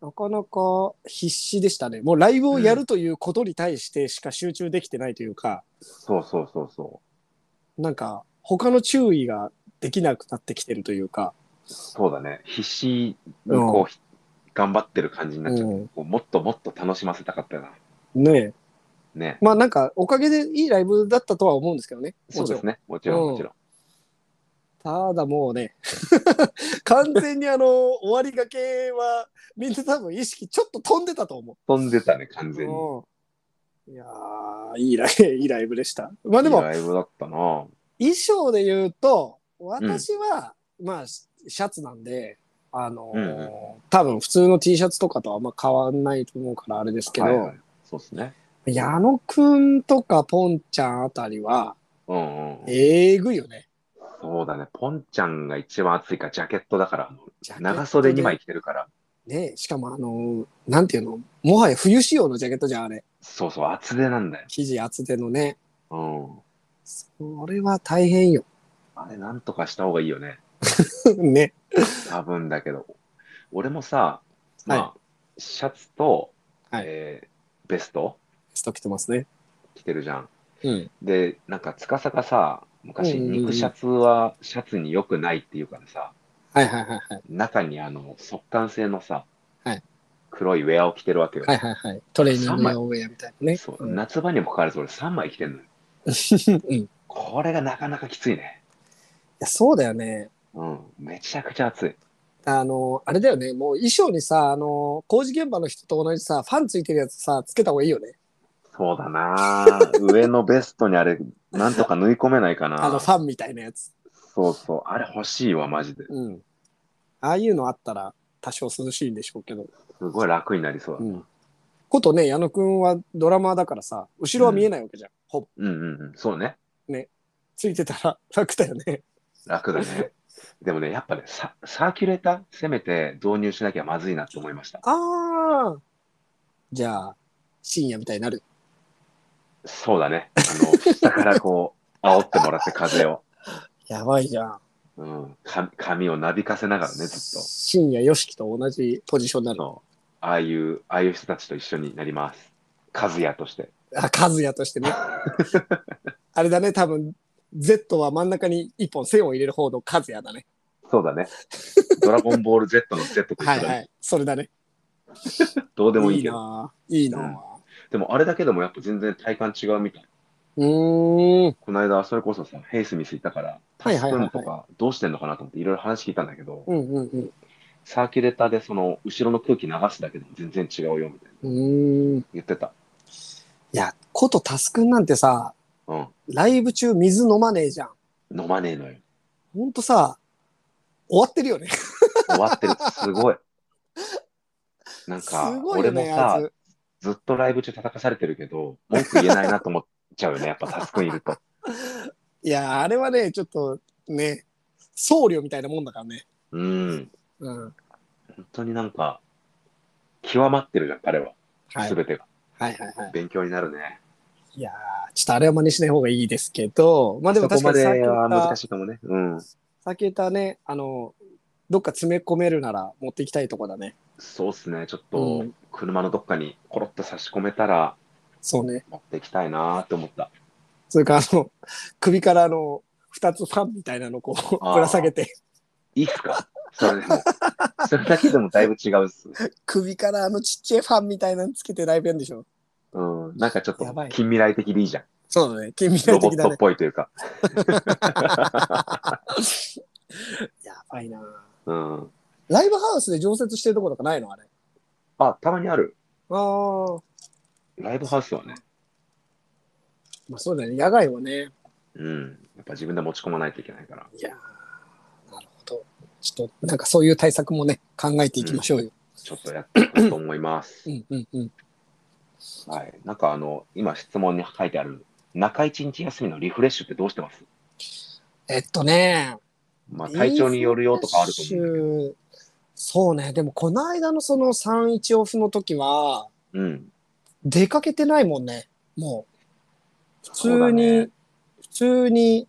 Speaker 3: なかなか必死でしたね。もうライブをやるということに対してしか集中できてないというか、
Speaker 2: そうそうそうそう。
Speaker 3: なんか、他の注意ができなくなってきてるというか、
Speaker 2: そうだね。必死にこう、頑張ってる感じになっちゃって、
Speaker 3: うん
Speaker 2: こうもっともっと楽しませたかったな。
Speaker 3: ね
Speaker 2: ね
Speaker 3: え。。まあなんか、おかげでいいライブだったとは思うんですけどね。
Speaker 2: そうですね。もち
Speaker 3: ろ
Speaker 2: ろ
Speaker 3: ん
Speaker 2: ん、もちろん。
Speaker 3: ただもうね、 完全にあの、終わりがけは、みんな多分意識ちょっと飛んでたと思う。
Speaker 2: 飛んでたね、完全に。
Speaker 3: うんいやーいいライブ、いいライブでした。まあで
Speaker 2: いい
Speaker 3: も、
Speaker 2: ライブだったなぁ。
Speaker 3: 衣装で言うと、私は、まあ、シシャツなんで、あの
Speaker 2: うんう
Speaker 3: 多分普通の T シャツとかとはあんま変わんないと思うからあれですけど、
Speaker 2: はいはいそうですね。
Speaker 3: 矢野くんとかポンちゃんあたりは、
Speaker 2: うんうん。
Speaker 3: えぐいよね。
Speaker 2: そうだね。ポンちゃんが一番暑いから、ジャケットだから、
Speaker 3: ジャケットで
Speaker 2: 長袖2枚。着てるから、
Speaker 3: ねしかもあの、なんていうのもはや冬仕様のジャケットじゃん、あれ。
Speaker 2: そうそう、厚手なんだよ。
Speaker 3: 生地厚手のね。
Speaker 2: うん。
Speaker 3: それは大変よ。
Speaker 2: あれ、なんとかした方がいいよね。
Speaker 3: ね。
Speaker 2: 多分だけど。俺もさ、まあ、
Speaker 3: は
Speaker 2: シャツと、
Speaker 3: はい
Speaker 2: えーベスト
Speaker 3: スト着てますね。
Speaker 2: 着てるじゃん。
Speaker 3: うん。
Speaker 2: で、なんか、司がさ、昔、
Speaker 3: うんうんうん
Speaker 2: 肉シャツはシャツに良くないっていうからさ、
Speaker 3: はいはいはいはい。
Speaker 2: 中にあの、速乾性のさ、
Speaker 3: はい
Speaker 2: 黒いウェアを着てるわけよ。
Speaker 3: はいはいはい。トレーニング用ウェアみたいなね。
Speaker 2: そう
Speaker 3: うん
Speaker 2: 夏場にもかかわらず俺3枚着てんのよ。
Speaker 3: うん い
Speaker 2: これがなかなかきついね。
Speaker 3: やそうだよね。
Speaker 2: うん。めちゃくちゃ暑い。
Speaker 3: あの、あれだよね。もう衣装にさ、あの、工事現場の人と同じさ、ファンついてるやつさ、つけた方がいいよね。
Speaker 2: そうだ なあ上のベストにあれ、なんとか縫い込めないかな
Speaker 3: あの、ファンみたいなやつ。
Speaker 2: そうそう。あれ欲しいわ、マジで。
Speaker 3: うん。ああいうのあったら多少涼しいんでしょうけど。
Speaker 2: すごい楽になりそうだ。
Speaker 3: うん。ことね、矢野くんはドラマーだからさ、後ろは見えないわけじゃん。ほぼ。
Speaker 2: うんうんうん。そうね。
Speaker 3: ついてたら楽だよね。
Speaker 2: 楽だ ね。でもね、やっぱね、ササーキュレーター、せめて導入しなきゃまずいなって思いました。
Speaker 3: ああ。じゃあ、深夜みたいになる。
Speaker 2: そうだね。あの、下からこう、煽ってもらって風を。
Speaker 3: やばいじゃん。
Speaker 2: うん。か髪をなびかせながらね、ずっと。
Speaker 3: 深夜、ヨシキと同じポジションなの。
Speaker 2: ああいう、ああいう人たちと一緒になります。和也として。
Speaker 3: あ、カズヤ としてね。あれだね、多分、Z は真ん中に一本線を入れる方のカズヤだね。
Speaker 2: そうだね。 ドラゴンボール Z の Z と一緒だ
Speaker 3: は
Speaker 2: ね
Speaker 3: いはい。それだね。
Speaker 2: どうでもい
Speaker 3: い
Speaker 2: い
Speaker 3: い
Speaker 2: けど。
Speaker 3: なぁいいなぁ
Speaker 2: でもあれだけでもやっぱ全然体感違うみたい。
Speaker 3: うーん。
Speaker 2: この間、それこそさ、ヘイスミスいたから、
Speaker 3: は
Speaker 2: タ
Speaker 3: い
Speaker 2: ス
Speaker 3: はい
Speaker 2: プ
Speaker 3: はいは
Speaker 2: ー
Speaker 3: い
Speaker 2: ンとかどうしてんのかなと思っていろいろ話聞いたんだけど、
Speaker 3: うんうんうん。
Speaker 2: サーキュレーターでその後ろの空気流すだけでも全然違うよみたいな
Speaker 3: うーん。
Speaker 2: 言ってた。
Speaker 3: いや、ことタスくんなんてさ、
Speaker 2: うん。
Speaker 3: ライブ中水飲まねえじゃん。
Speaker 2: 飲まねえのよ。
Speaker 3: ほんとさ、終わってるよね。
Speaker 2: 終わってる。すごい。なん
Speaker 3: す
Speaker 2: か、
Speaker 3: ごい
Speaker 2: 俺
Speaker 3: よ
Speaker 2: も
Speaker 3: ね、あ
Speaker 2: さ
Speaker 3: い、つ。
Speaker 2: ずっとライブ中叩かされてるけど、文句言えないなと思っちゃうよね。やっぱタスクいると。
Speaker 3: いや、あれはね、ちょっとね、僧侶みたいなもんだからね。
Speaker 2: うん。
Speaker 3: うん。
Speaker 2: 本当になんか、極まってるじゃん、彼は。
Speaker 3: は
Speaker 2: す
Speaker 3: い。はい
Speaker 2: べてが。
Speaker 3: はいはい。
Speaker 2: 勉強になるね。
Speaker 3: いやーちょっとあれは真似しない方がいいですけど、まあでも
Speaker 2: そこ
Speaker 3: 確か
Speaker 2: ま
Speaker 3: に
Speaker 2: で
Speaker 3: さっき言
Speaker 2: は
Speaker 3: った
Speaker 2: 難、しいかもね。うん。
Speaker 3: さっき言ったね、あの、どっか詰め込めるなら持っていきたいとこだね。
Speaker 2: そうっすね。ちょっ
Speaker 3: う
Speaker 2: と
Speaker 3: ん、
Speaker 2: 車のどっかにコロッと差し込めたら
Speaker 3: そうね。
Speaker 2: 持っていきたいなーって思った。
Speaker 3: それからあの、 首からあの、二つファンみたいなのこう、
Speaker 2: あー
Speaker 3: ぶら下げて。
Speaker 2: いいっすかそ れでも。それだけでもだいぶ違うっすね。
Speaker 3: 首からあのちっちゃいファンみたいなのつけてライブやるんでしょ
Speaker 2: うん。なんかちょっと
Speaker 3: やばい
Speaker 2: 近未来的でいいじゃん。
Speaker 3: そうだね。近未
Speaker 2: ロ
Speaker 3: 来
Speaker 2: ボ
Speaker 3: 的
Speaker 2: ッ
Speaker 3: だ
Speaker 2: トっ
Speaker 3: ね。
Speaker 2: ぽいというか。
Speaker 3: やばいな
Speaker 2: うん。
Speaker 3: ライブハウスで常設してるとことかないのあれ。
Speaker 2: あ、たまにある。
Speaker 3: ああ。
Speaker 2: ライブハウスはね。
Speaker 3: まあそうだね。野外はね。
Speaker 2: うん。やっぱ自分で持ち込まないといけないから。
Speaker 3: いやーなるほど。ちょっと、なんかそういう対策もね、考えていきましょうよ。
Speaker 2: ちょっとやっていこうと思います
Speaker 3: う。ん、うん、うん。
Speaker 2: はい。なんかあの、今質問に書いてある、中一日休みのリフレッシュってどうしてます
Speaker 3: えっとね。
Speaker 2: まあ、体調によるよとかあると思う。
Speaker 3: う。そうね。でもこの間のその31オフの時は、
Speaker 2: うん。
Speaker 3: 出かけてないもんね。もう。普
Speaker 2: そう
Speaker 3: 通
Speaker 2: だ
Speaker 3: に、
Speaker 2: ね
Speaker 3: 普通に、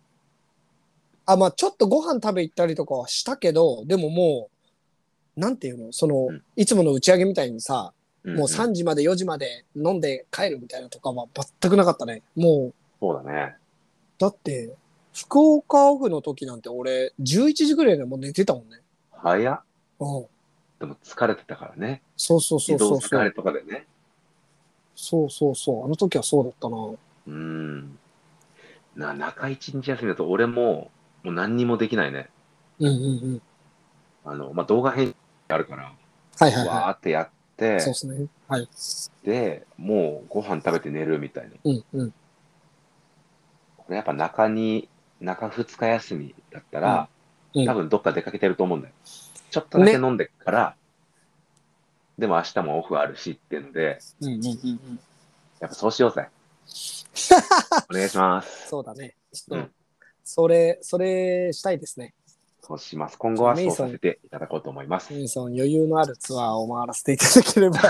Speaker 3: あ、まあちょっとご飯食べ行ったりとかはしたけど、でももう、なんていうのその、
Speaker 2: うん
Speaker 3: いつもの打ち上げみたいにさ、
Speaker 2: うん
Speaker 3: もう3時まで4時まで飲んで帰るみたいなとかは全くなかったね。もう、
Speaker 2: そうだね。
Speaker 3: だって、福岡オフの時なんて俺、11時ぐらいでもう寝てたもんね。
Speaker 2: 早っ。
Speaker 3: うん。
Speaker 2: でも疲れてたからね。
Speaker 3: そうそうそ
Speaker 2: 移
Speaker 3: うそ
Speaker 2: 動
Speaker 3: う
Speaker 2: 疲
Speaker 3: そ
Speaker 2: れ
Speaker 3: う。
Speaker 2: とかでね。
Speaker 3: そうそうそう。あの時はそうだったな。
Speaker 2: うん。な、中一日休みだと俺も、もう何にもできないね。
Speaker 3: うんうんうん。
Speaker 2: あの、まあ、動画編集あるから、
Speaker 3: はいはい
Speaker 2: わ
Speaker 3: は
Speaker 2: ーってやって
Speaker 3: い。そう、ですね。はい。
Speaker 2: で、もうご飯食べて寝るみたいな。
Speaker 3: うんうん。
Speaker 2: これやっぱ中に、中2日休みだったら、
Speaker 3: うんうん
Speaker 2: 多分どっか出かけてると思うんだよ。ちょっとだけ飲んでから、でも明日もオフあるしっていうので、
Speaker 3: うんうんうんうん。
Speaker 2: やっぱそうしようぜ。 お願いします。
Speaker 3: そうだね。ちょっと、
Speaker 2: うん
Speaker 3: それ、それしたいですね。
Speaker 2: そうします。今後は
Speaker 3: メ
Speaker 2: そ
Speaker 3: イ
Speaker 2: う
Speaker 3: さん
Speaker 2: させていただこうと思います。
Speaker 3: うんその余裕のあるツアーを回らせていただければ。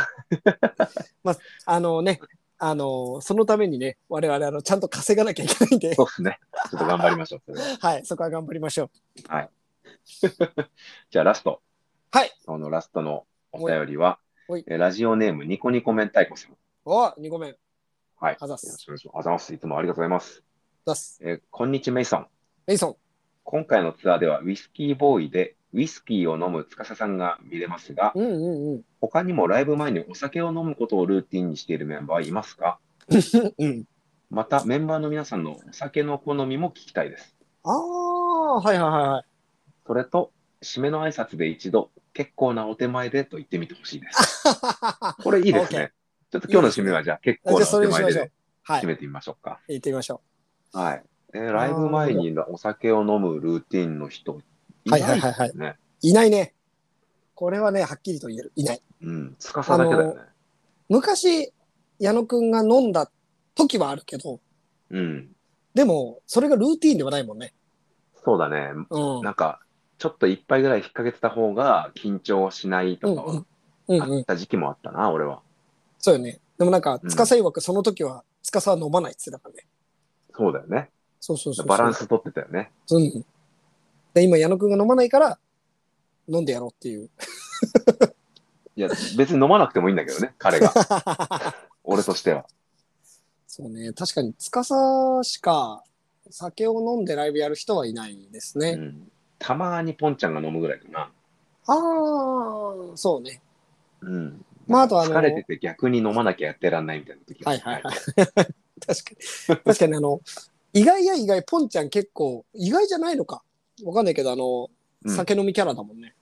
Speaker 3: まあ、あのね、あの、そのためにね、我々、あの、ちゃんと稼がなきゃいけないん で、
Speaker 2: そうですね。ちょっと頑張りましょう。それは
Speaker 3: はい、そこは頑張りましょう。
Speaker 2: じゃあラスト。
Speaker 3: はい。
Speaker 2: 今日のラストのお便りは
Speaker 3: おい、
Speaker 2: えーラジオネームニコニコ明太子さん。
Speaker 3: お2個目、
Speaker 2: はい。
Speaker 3: あざっす
Speaker 2: よろしくお願いします。あざます。いつもありがとうございます。
Speaker 3: 出す。
Speaker 2: えーこんにちは、メイソン。
Speaker 3: メイソン。
Speaker 2: 今回のツアーではウイスキーボーイでウイスキーを飲む司さんが見れますが、
Speaker 3: うんうんうん。
Speaker 2: 他にもライブ前にお酒を飲むことをルーティンにしているメンバーはいますか
Speaker 3: うん。
Speaker 2: また、メンバーの皆さんのお酒の好みも聞きたいです。
Speaker 3: ああ、はいはいはいはい。
Speaker 2: それと、締めの挨拶で一度、結構なお手前でと言ってみてほしいです。 これいいですね。ちょっと今日の締めは、じゃあ結構
Speaker 3: じゃあ
Speaker 2: な
Speaker 3: そ
Speaker 2: お
Speaker 3: れ
Speaker 2: 手
Speaker 3: に
Speaker 2: 前
Speaker 3: しま
Speaker 2: で
Speaker 3: しょう
Speaker 2: で。
Speaker 3: はい
Speaker 2: 締。めてみましょうか。
Speaker 3: 行ってみましょ
Speaker 2: はい。えーライブ前にお酒を飲むルーティンの人、
Speaker 3: う。
Speaker 2: い
Speaker 3: は
Speaker 2: ないで
Speaker 3: い
Speaker 2: す
Speaker 3: は
Speaker 2: ね。
Speaker 3: いはいはい。いないね。これはね、はっきりと言える。いない。
Speaker 2: うん。つかさだけだよね。
Speaker 3: 昔、矢野くんが飲んだ時はあるけど、
Speaker 2: うん。
Speaker 3: でも、それがルーティーンではないもんね。
Speaker 2: そうだね。
Speaker 3: うん。
Speaker 2: なんか、ちょっと一杯ぐらい引っ掛けてた方が緊張しないとかは
Speaker 3: うん
Speaker 2: あ
Speaker 3: う
Speaker 2: っ
Speaker 3: ん。
Speaker 2: た時期もあったな、俺は。
Speaker 3: そうよね。でもなんか、
Speaker 2: うん
Speaker 3: 司曰くその時は、司は飲まないっつってたからね。
Speaker 2: そうだよね。
Speaker 3: そうそうそうそう。
Speaker 2: バランス取ってたよね。
Speaker 3: うん。で、今、矢野くんが飲まないから、飲んでやろうっていう。
Speaker 2: いや、別に飲まなくてもいいんだけ どね、彼が。俺としては。
Speaker 3: そうね、確かに、司しか酒を飲んでライブやる人はいないです
Speaker 2: う
Speaker 3: ね。
Speaker 2: ん、たまにポンちゃんが飲むぐらいかな。
Speaker 3: ああ、そうね。
Speaker 2: うん。
Speaker 3: まあ、あとあの、
Speaker 2: 疲れてて逆に飲まなきゃやってらんないみたいな時
Speaker 3: はいはいはい。 確かに。確かに、あの、意外や意外、ポンちゃん結構、意外じゃないのか。わかんないけど、あの、
Speaker 2: うん
Speaker 3: 酒飲みキャラだもんね。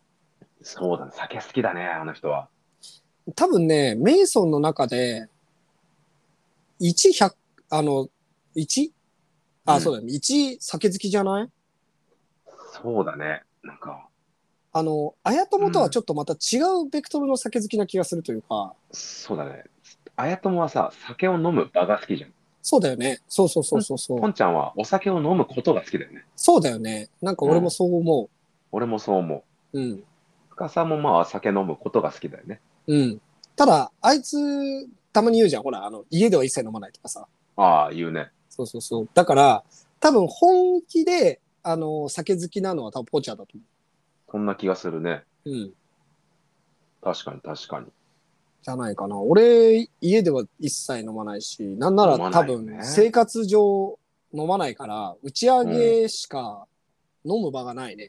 Speaker 2: そうだね。酒好きだね、あの人は。
Speaker 3: 多分ね、メイソンの中で、1、100、あの、1? あ、
Speaker 2: うん
Speaker 3: そうだね。1、酒好きじゃない
Speaker 2: そうだね。なんか、
Speaker 3: あの、綾友とはちょっとまた違うベクトルの酒好きな気がするというか、
Speaker 2: そうだね。あやともはさ、酒を飲む場が好きじゃん。
Speaker 3: そうだよね。そうそうそうそうそう。
Speaker 2: ポンちゃんはお酒を飲むことが好きだよね。
Speaker 3: そうだよね。なんか俺もそう思
Speaker 2: 俺もそう思
Speaker 3: う。うん。
Speaker 2: う。深さもまあ酒飲むことが好きだよね。
Speaker 3: うん。ただ、あいつ、たまに言うじゃん。ほら、あの、家では一切飲まないとかさ。
Speaker 2: ああ、言うね。
Speaker 3: そうそうそう。だから、多分本気で、あの、酒好きなのは多分ポーチャーだと
Speaker 2: そんな気がするね。
Speaker 3: 思う。うん。
Speaker 2: 確かに確かに。
Speaker 3: じゃないかな。俺、家では一切飲まないし、なんなら
Speaker 2: 飲ま
Speaker 3: 多
Speaker 2: ないよね
Speaker 3: 分、生活上飲まないから、打ち上げしか飲む場がないね。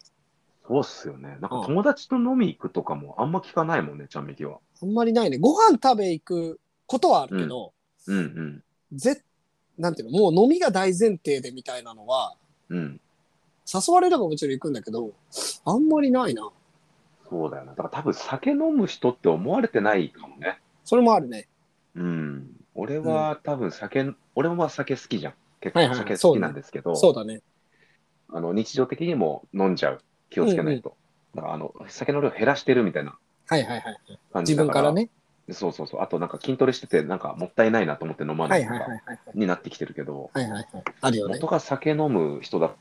Speaker 2: そうっすよね。なんか
Speaker 3: うん
Speaker 2: 友達と飲み行くとかもあんま聞かないもんね、ちゃんみきは。
Speaker 3: あんまりないね。ご飯食べ行くことはあるけど、
Speaker 2: うん
Speaker 3: ぜなんていうの、もう飲みが大前提でみたいなのは、
Speaker 2: うん。うん。
Speaker 3: 誘われればもちろん行くんだけど、あんまりないな。
Speaker 2: そうだよな。だから多分酒飲む人って思われてないかもね。
Speaker 3: それもあるね。
Speaker 2: うん。俺は多分酒、俺もまあ酒好きじゃん。結
Speaker 3: はいは
Speaker 2: 構
Speaker 3: いはい
Speaker 2: 酒好きなんですけど、
Speaker 3: そうだね。
Speaker 2: あの日常的にも飲んじゃう。気をつけないと。だからあの酒の量減らしてるみたいな
Speaker 3: はいはいはい。
Speaker 2: 感
Speaker 3: 自
Speaker 2: じだ
Speaker 3: 分
Speaker 2: か。
Speaker 3: からら。ね。
Speaker 2: そうそうそう。あとなんか筋トレしてて、なんかもったいないなと思って飲ま
Speaker 3: は
Speaker 2: ないいと
Speaker 3: はいはい
Speaker 2: か
Speaker 3: はい。
Speaker 2: になってきてるけど、
Speaker 3: はいはいはい。あるよね
Speaker 2: 元。が酒飲む人だ。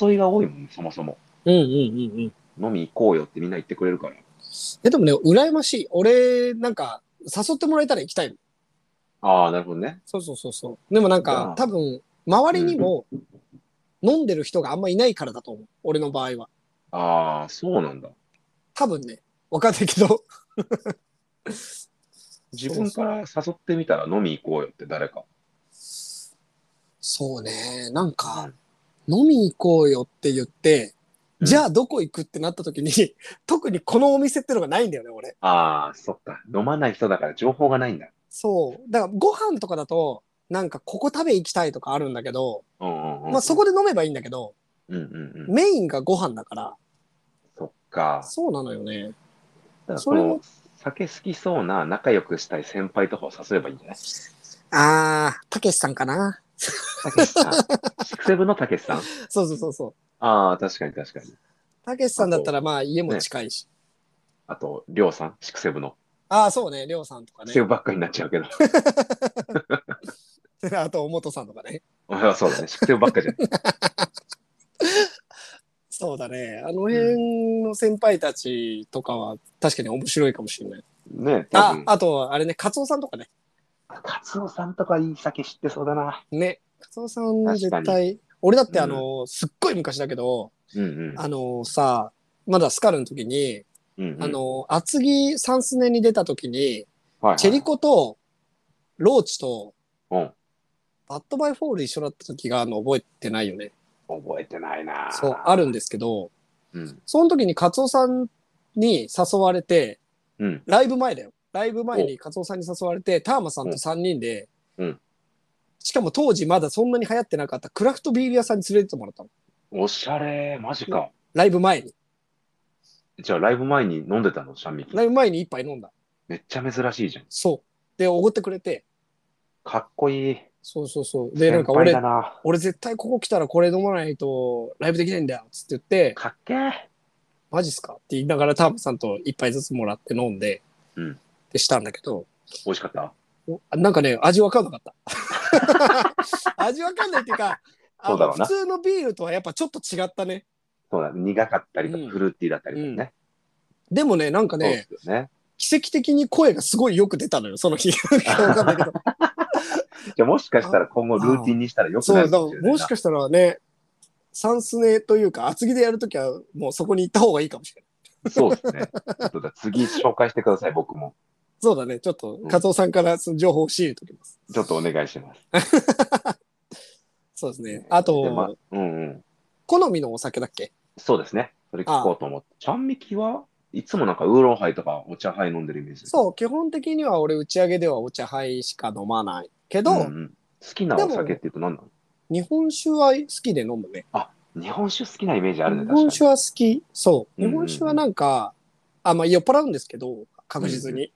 Speaker 2: 誘いが多いもん、そもそも。
Speaker 3: うんうんうんうん。
Speaker 2: 飲み行こうよってみんな言ってくれるから。
Speaker 3: え、でもね、羨ましい。俺、なんか、誘ってもらえたら行きたいの。
Speaker 2: ああ、なるほどね。
Speaker 3: そうそうそうそう。でもなん
Speaker 2: じゃ
Speaker 3: か
Speaker 2: あ、
Speaker 3: 多分、周りにも、飲んでる人があんまいないからだと思う。俺の場合は。
Speaker 2: ああ、そうなんだ。
Speaker 3: 多分ね、わかんないけ ど。
Speaker 2: 自分から誘ってみたら飲み行こうよって誰か。
Speaker 3: そうね。なんか、飲み行こうよって言って、じゃ
Speaker 2: あ。
Speaker 3: あどこ行くってなった時に、 特にこのお店ってのがないんだよね、俺。
Speaker 2: ああ、そっか。飲まない人だから情報がないんだ。
Speaker 3: そう。だからご飯とかだと、なんかここ食べ行きたいとかあるんだけど、
Speaker 2: うんうんうん。
Speaker 3: まあそこで飲めばいいんだけど、
Speaker 2: うんうんうん。
Speaker 3: メインがご飯だから、
Speaker 2: そっか。
Speaker 3: そうなのよね。
Speaker 2: だから
Speaker 3: それも
Speaker 2: この酒好きそうな仲良くしたい先輩とかを誘えばいいんじゃない
Speaker 3: あー、たけしさんかな。
Speaker 2: たけしさん。シクセブのたけしさん
Speaker 3: そうそうそうそう。
Speaker 2: ああ、確かに確かに。
Speaker 3: たけしさんだったらまあ家も近いし。
Speaker 2: あと、りょうさん、シクセブの。
Speaker 3: ああ、そうね、りょうさんとかね
Speaker 2: セ。ブばっかりになっちゃうけど。
Speaker 3: あと、おもとさんとかね。
Speaker 2: あそうだね、シクセブばっ かじゃない。
Speaker 3: そうだね。あの辺の先輩たちとかは確かに面白いかもしれない。
Speaker 2: ねえ、多
Speaker 3: あ
Speaker 2: 分、。
Speaker 3: あと、あれね、カツオさんとかね。
Speaker 2: カツオさんとかいい酒知ってそうだな。
Speaker 3: ね。カツオさん絶
Speaker 2: 確か
Speaker 3: 対。俺だってあの、すっごい昔だけど、
Speaker 2: うんうん。
Speaker 3: あのさ、まだスカルの時に、
Speaker 2: うんうん
Speaker 3: あ、の、厚木サンスネに出た時に、
Speaker 2: はいはい
Speaker 3: チェリコと、ローチと、
Speaker 2: うん。
Speaker 3: バッドバイフォール一緒だった時があるの覚えてないよね。
Speaker 2: 覚えてないな。
Speaker 3: そう、あるんですけど、
Speaker 2: うん。
Speaker 3: その時にカツオさんに誘われて、
Speaker 2: うん。
Speaker 3: ライブ前だよ。ライブ前にカツオさんに誘われて、ターマさんと3人で、
Speaker 2: うん
Speaker 3: しかも当時まだそんなに流行ってなかったクラフトビール屋さんに連れてってもらったの。
Speaker 2: おしゃれ、マジか。
Speaker 3: ライブ前に。
Speaker 2: じゃあ、ライブ前に飲んでたの、シャンミキ
Speaker 3: ラ。イブ前に一杯飲んだ。
Speaker 2: めっちゃ珍しいじゃん。
Speaker 3: そう。で、おごってくれて、
Speaker 2: かっこいい。
Speaker 3: そうそうそう。で、な
Speaker 2: 先
Speaker 3: んか
Speaker 2: 輩
Speaker 3: 俺
Speaker 2: だ、な。
Speaker 3: 俺絶対ここ来たらこれ飲まないとライブできないんだよ、つって言って、
Speaker 2: かっけー。
Speaker 3: マジっすかって言いながらタームさんと一杯ずつもらって飲んで、
Speaker 2: うん
Speaker 3: でしたんだけど、
Speaker 2: 美味しかった
Speaker 3: おなんかね、味わかんなかった。 味わかんないっていうか、あの
Speaker 2: そうだろう
Speaker 3: 普
Speaker 2: な
Speaker 3: 通のビールとはやっぱちょっと違ったね。
Speaker 2: そうだ、苦かったりとか、
Speaker 3: うん
Speaker 2: フルーティーだったりとかね。
Speaker 3: でもね、なんか
Speaker 2: そうで
Speaker 3: ね、
Speaker 2: すよね。
Speaker 3: 奇跡的に声がすごいよく出たのよ、その 日。わかんないけど
Speaker 2: じゃあ、もしかしたら今後ルーティンにしたらよく
Speaker 3: そう
Speaker 2: な
Speaker 3: だ
Speaker 2: る
Speaker 3: か、
Speaker 2: からもしれない
Speaker 3: も
Speaker 2: な
Speaker 3: しかしたらね、サンスネというか、厚木でやるときはもうそこに行った方がいいかもしれない。
Speaker 2: そうですね。ちょっとだ次紹介してください、僕も。
Speaker 3: そうだね、ちょっと
Speaker 2: うん、
Speaker 3: カツオさんからその情報を仕入れておきます。
Speaker 2: ちょっとお願いします。
Speaker 3: そうですね。あ
Speaker 2: でま
Speaker 3: と、
Speaker 2: うんうん。
Speaker 3: 好みのお酒だっけ
Speaker 2: そうですね。それ聞こうと思って。ちゃんみきはいつもなんかウーロンハイとかお茶ハイ飲んでるイメージう。
Speaker 3: そう、基本的には俺打ち上げではお茶杯しか飲まないけど、
Speaker 2: うんうん、好きなお酒って言うと何なの
Speaker 3: 日本酒は好きで飲むね。
Speaker 2: 日本酒好きなイメージあるね、
Speaker 3: 日
Speaker 2: 確かに。
Speaker 3: 本酒は好き。そう。
Speaker 2: うんう
Speaker 3: 日
Speaker 2: んうん
Speaker 3: 本酒はなんか、あ、まあ酔っ払うんですけど、確実に。
Speaker 2: うん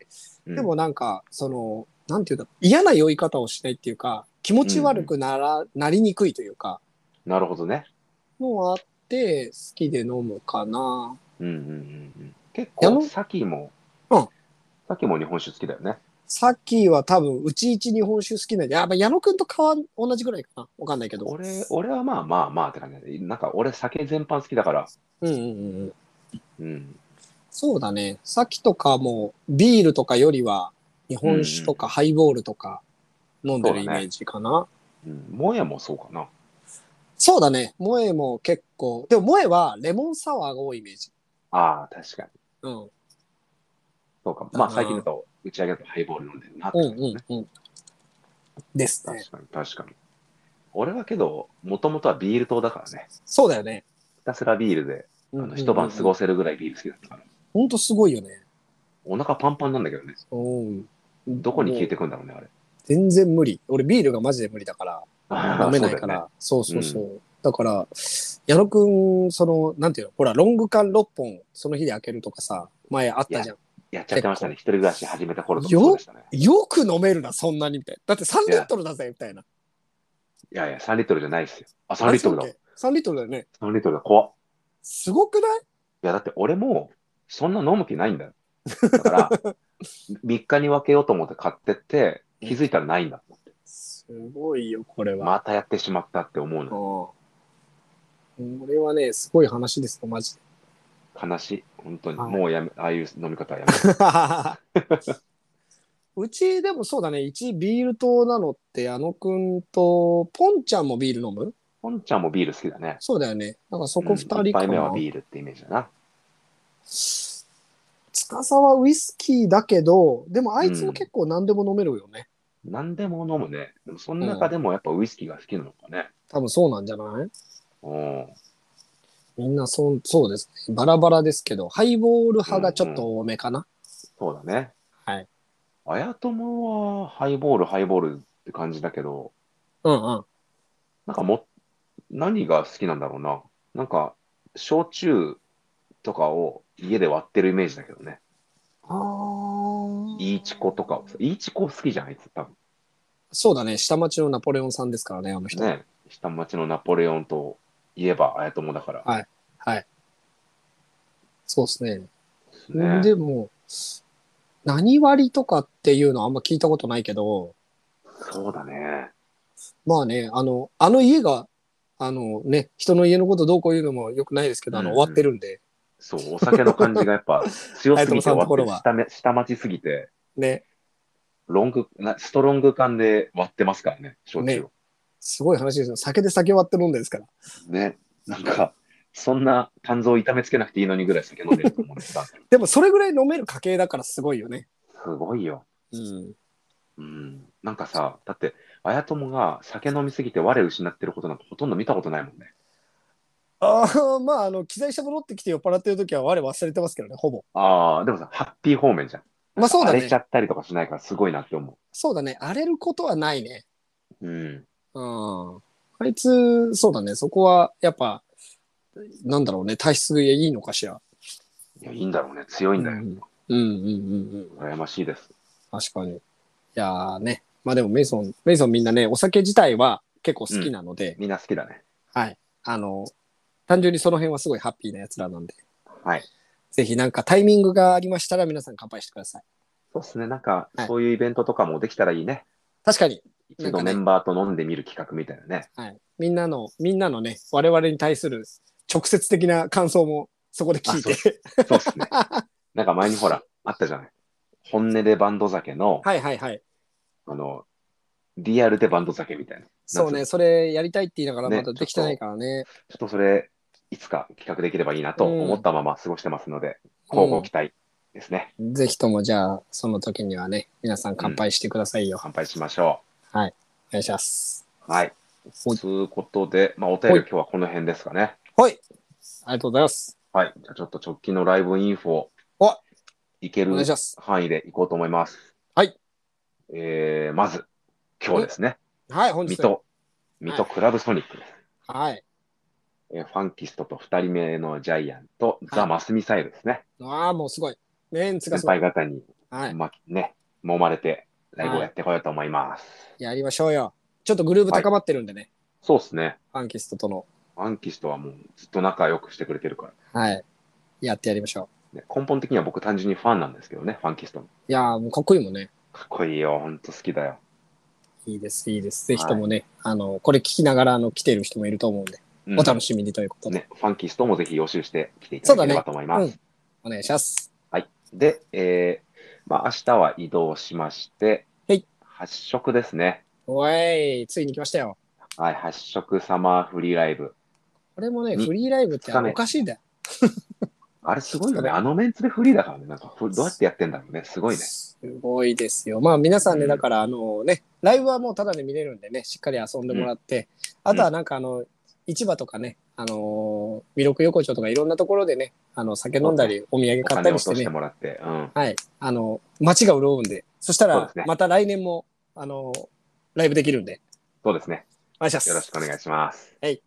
Speaker 3: でもなんか、その、なんていうんだ嫌な酔い方をしないっていうか、気持ち悪くなら、なりにくいというか、
Speaker 2: なるほどね。
Speaker 3: のはあって、好きで飲むかな。
Speaker 2: うんうんうんうん。結
Speaker 3: あの
Speaker 2: 構、さきも、
Speaker 3: うん
Speaker 2: さきも日本酒好きだよね。
Speaker 3: さっきは多分、うち一日本酒好きなんで、あ、まあ矢野くんと変わん、同じぐらいかな。わかんないけど。
Speaker 2: 俺、俺はまあまあまあって感じだね。なんか俺酒全般好きだから、
Speaker 3: うんうんうんうん。
Speaker 2: うん。
Speaker 3: そうだね。さっきとかも、ビールとかよりは、日本酒とかハイボールとか飲んでるイメージかな。
Speaker 2: うん、もやもそうかな。
Speaker 3: そうだね。萌えも結構、でも萌えはレモンサワーが多いイメージ。
Speaker 2: ああ、確かに。
Speaker 3: うん。
Speaker 2: そうか。まあ
Speaker 3: うん
Speaker 2: 最近だと打ち上げだとハイボール飲んでるなって
Speaker 3: う
Speaker 2: 感じ
Speaker 3: ん
Speaker 2: です
Speaker 3: うん
Speaker 2: ね。
Speaker 3: うん。ですね。
Speaker 2: 確かに、確かに。俺はけど、もともとはビール党だからね。
Speaker 3: そうだよね。
Speaker 2: ひたすらビールで、あの一晩過ご
Speaker 3: す。
Speaker 2: せるぐらいビール好きだったから。
Speaker 3: ほんとすごいよね。
Speaker 2: お腹パンパンなんだけどね。
Speaker 3: うん。
Speaker 2: どこに消え
Speaker 3: て
Speaker 2: てくんだろうね、あれ。
Speaker 3: 全然無理。俺ビールがマジで無理だから。
Speaker 2: あ
Speaker 3: 飲
Speaker 2: ー
Speaker 3: めないか。ら。そう
Speaker 2: だよ
Speaker 3: そう
Speaker 2: ね
Speaker 3: そう。だから、矢野くん、その、なんていうのほら、ロング缶6本、その日で開けるとかさ、前あったじゃん。
Speaker 2: やっちゃってましたね。一人暮らし始めた頃とか
Speaker 3: よ
Speaker 2: そうでしたね。
Speaker 3: よく飲めるな、そんなに、みたいな。だって3リットルだぜ、みたいな。
Speaker 2: いやいや、3リットルじゃないですよ。あ、3リットルだ
Speaker 3: あ。。3リットルだよね。
Speaker 2: 3リットルだ。怖っ。
Speaker 3: すごくない
Speaker 2: いや、だって俺も、そんな飲む気ないんだよ。だから、3日に分けようと思って買ってって、気づいたらないんだと思って。
Speaker 3: すごいよ、これは。
Speaker 2: またやってしまったって思うの。
Speaker 3: うんこれはね、すごい話ですよ、マジで。
Speaker 2: 悲しい。本当に。
Speaker 3: はい
Speaker 2: もうやめ、ああいう飲み方はやめた。
Speaker 3: うち、でもそうだね、一ビール党なのって、あのくんと、ポンちゃんもビール飲む
Speaker 2: ポンちゃんもビール好きだね。
Speaker 3: そうだよね。なんかそこ
Speaker 2: う
Speaker 3: 二
Speaker 2: ん
Speaker 3: 人
Speaker 2: 一
Speaker 3: か
Speaker 2: 杯目
Speaker 3: な。
Speaker 2: はビールってイメージだな。
Speaker 3: 司はウイスキーだけど、でもあいつも結構何でも飲めるよね。
Speaker 2: 何でも飲むね。でもその中でもやっぱウイスキーが好きなのかね。
Speaker 3: 多分そうなんじゃない
Speaker 2: うん。
Speaker 3: みんなそう、そうですね。バラバラですけど、ハイボール派がちょっと多めかな。
Speaker 2: そうだね。
Speaker 3: はい。
Speaker 2: あやともはハイボール、ハイボールって感じだけど、
Speaker 3: うんうん。
Speaker 2: なんかも、何が好きなんだろうな。なんか、焼酎とかを家で割ってるイメージだけどね。
Speaker 3: あ
Speaker 2: イーチコとかをさ。イーチコ好きじゃん、あいつ多分。
Speaker 3: そうだね。下町のナポレオンさんですからね、あの人。
Speaker 2: ね。下町のナポレオンといえばあやともだから。
Speaker 3: はいそうですね。
Speaker 2: ですね。
Speaker 3: でも、何割とかっていうのはあんま聞いたことないけど、
Speaker 2: そうだね。
Speaker 3: まあね、あの、あの家が、あのね、人の家のことどうこう言うのもよくないですけど、あの、
Speaker 2: うん
Speaker 3: 終わってるんで、
Speaker 2: そう、お酒の感じがやっ ぱ強すぎて終わ
Speaker 3: ところ
Speaker 2: って
Speaker 3: は
Speaker 2: 下め、下町すぎて、
Speaker 3: ね、
Speaker 2: ロング、なストロング感で割ってますからね、焼酎を。
Speaker 3: すごい話ですよ。酒で酒割って飲んでですから。
Speaker 2: ね。なんか、そんな肝臓を痛めつけなくていいのにぐらい酒飲んでると 思うんですが、す
Speaker 3: でも、それぐらい飲める家系だからすごいよね。
Speaker 2: ごいよ。
Speaker 3: うん。
Speaker 2: うん。なんかさ、だって、綾友が酒飲みすぎて我失ってることなんかほとんど見たことないもんね。
Speaker 3: ああ、まあ、あの、機材車戻ってきて酔っ払ってる時は我忘れてますけどね、ほぼ。
Speaker 2: ああ、でもさ、ハッピー方面じゃん。
Speaker 3: まあ、そうだ
Speaker 2: 荒れ
Speaker 3: ね
Speaker 2: ち。ゃったりとかしないからすごいなって思
Speaker 3: そうだね。荒れることはないね。
Speaker 2: う。うん。
Speaker 3: うん。あいつ、そうだね。そこは、やっぱ、なんだろうね。体質がいいのかしら。
Speaker 2: いや、いいんだろうね。強いんだよ。
Speaker 3: うんうんうんうんうん。
Speaker 2: 羨ましいです。
Speaker 3: 確かに。いやーね。まあでもメイソン、メイソンみんなね、お酒自体は結構好きなので、
Speaker 2: みんな好きだね。
Speaker 3: はい。あの、単純にその辺はすごいハッピーな奴らなんで、
Speaker 2: はい。
Speaker 3: ぜひなんかタイミングがありましたら皆さん乾杯してください。
Speaker 2: そうですね。なんか
Speaker 3: は、い
Speaker 2: そういうイベントとかもできたらいいね。
Speaker 3: 確かに、
Speaker 2: 一度メンバーと飲んでみる企画みたいな ね。
Speaker 3: はい。みんなの、みんなのね、我々に対する直接的な感想もそこで聞い
Speaker 2: あ
Speaker 3: て。
Speaker 2: そうですね。なんか前にほら、あったじゃない。本音でバンド酒の、
Speaker 3: はいはいはい。
Speaker 2: あの、リアルでバンド酒みたいな。
Speaker 3: そうね、
Speaker 2: 夏
Speaker 3: それやりたいって言いながら
Speaker 2: ね
Speaker 3: まだできてないからね。
Speaker 2: ちょっとそれ、いつか企画できればいいなと思ったまま過ごしてますので、今後期待ですね。
Speaker 3: ぜひともじゃあ、その時にはね、皆さん乾杯してくださいよ。
Speaker 2: 乾杯しましょ
Speaker 3: お願いします。
Speaker 2: う。はい。
Speaker 3: ほい
Speaker 2: ということで、まあ、お便り
Speaker 3: ほい
Speaker 2: 今日はこの辺ですかね。
Speaker 3: はい。ありがとうございます。
Speaker 2: はい。じゃあちょっと直近のライブインフォ
Speaker 3: お、
Speaker 2: いけ
Speaker 3: お
Speaker 2: る
Speaker 3: 願いします。
Speaker 2: 範囲でいこうと思います。
Speaker 3: はい。
Speaker 2: えー、まず、今日ですね。
Speaker 3: はい、本日
Speaker 2: 水。戸、水戸クラブソニックです。
Speaker 3: はい。
Speaker 2: えーファンキストと2人目のジャイアンと、
Speaker 3: はい
Speaker 2: ザ・マスミサイルですね。
Speaker 3: ああ、もうすごい。メンツが
Speaker 2: 先
Speaker 3: すごい。
Speaker 2: 輩方に、
Speaker 3: はい。
Speaker 2: まね、揉まれて、ライブをやってこようと思います。
Speaker 3: やりましょうよ。ちょっとグルーブ高まってるんでね。
Speaker 2: そうですね。
Speaker 3: ファンキストとの。
Speaker 2: ファンキストはもうずっと仲良くしてくれてるから、
Speaker 3: はい。やってやりましょ
Speaker 2: ね。根本的には僕単純にファンなんですけどね、ファンキストの。
Speaker 3: う。いやー、もうかっこいいもんね。
Speaker 2: かっこいいよ、ほんと好きだよ。
Speaker 3: いいです、いいです。ぜひともね、あの、これ聞きながら、あの、来てる人もいると思うんで、
Speaker 2: うん
Speaker 3: お楽しみにということで。
Speaker 2: ね、ファンキストもぜひ予習してきていただければと思います。
Speaker 3: うんお願いします。
Speaker 2: で、えーまあ、明日は移動しまして、
Speaker 3: はい
Speaker 2: 発色ですね。
Speaker 3: おい、ついに来ましたよ。
Speaker 2: はい、発色サマーフリーライブ。
Speaker 3: これもね、
Speaker 2: うん
Speaker 3: フリーライブって
Speaker 2: 二日目
Speaker 3: おかしいんだよ。
Speaker 2: あれすごいよ
Speaker 3: そう
Speaker 2: ね。
Speaker 3: だね
Speaker 2: あのメンツでフリーだからね。なんかふどうやってやってんだろうね。すごいね。
Speaker 3: すごいですよ。まあ皆さんね、
Speaker 2: うん
Speaker 3: だからあのね、ライブはもうただで見れるんでね、しっかり遊んでもらって、あとはなんかあの、市場とかね、あのー、魅力横丁とかいろんなところでね、あの、酒飲んだり、お土産
Speaker 2: お
Speaker 3: 買った
Speaker 2: 金を
Speaker 3: り
Speaker 2: 落
Speaker 3: して
Speaker 2: として
Speaker 3: ね、
Speaker 2: もらって。うん。
Speaker 3: はい、あの、街が潤うんで、そした
Speaker 2: そうで
Speaker 3: ら
Speaker 2: すね、
Speaker 3: また来年も、あのー、ライブできるんで、
Speaker 2: そうですね。
Speaker 3: お願いします。
Speaker 2: よろしくお願いします。
Speaker 3: はい。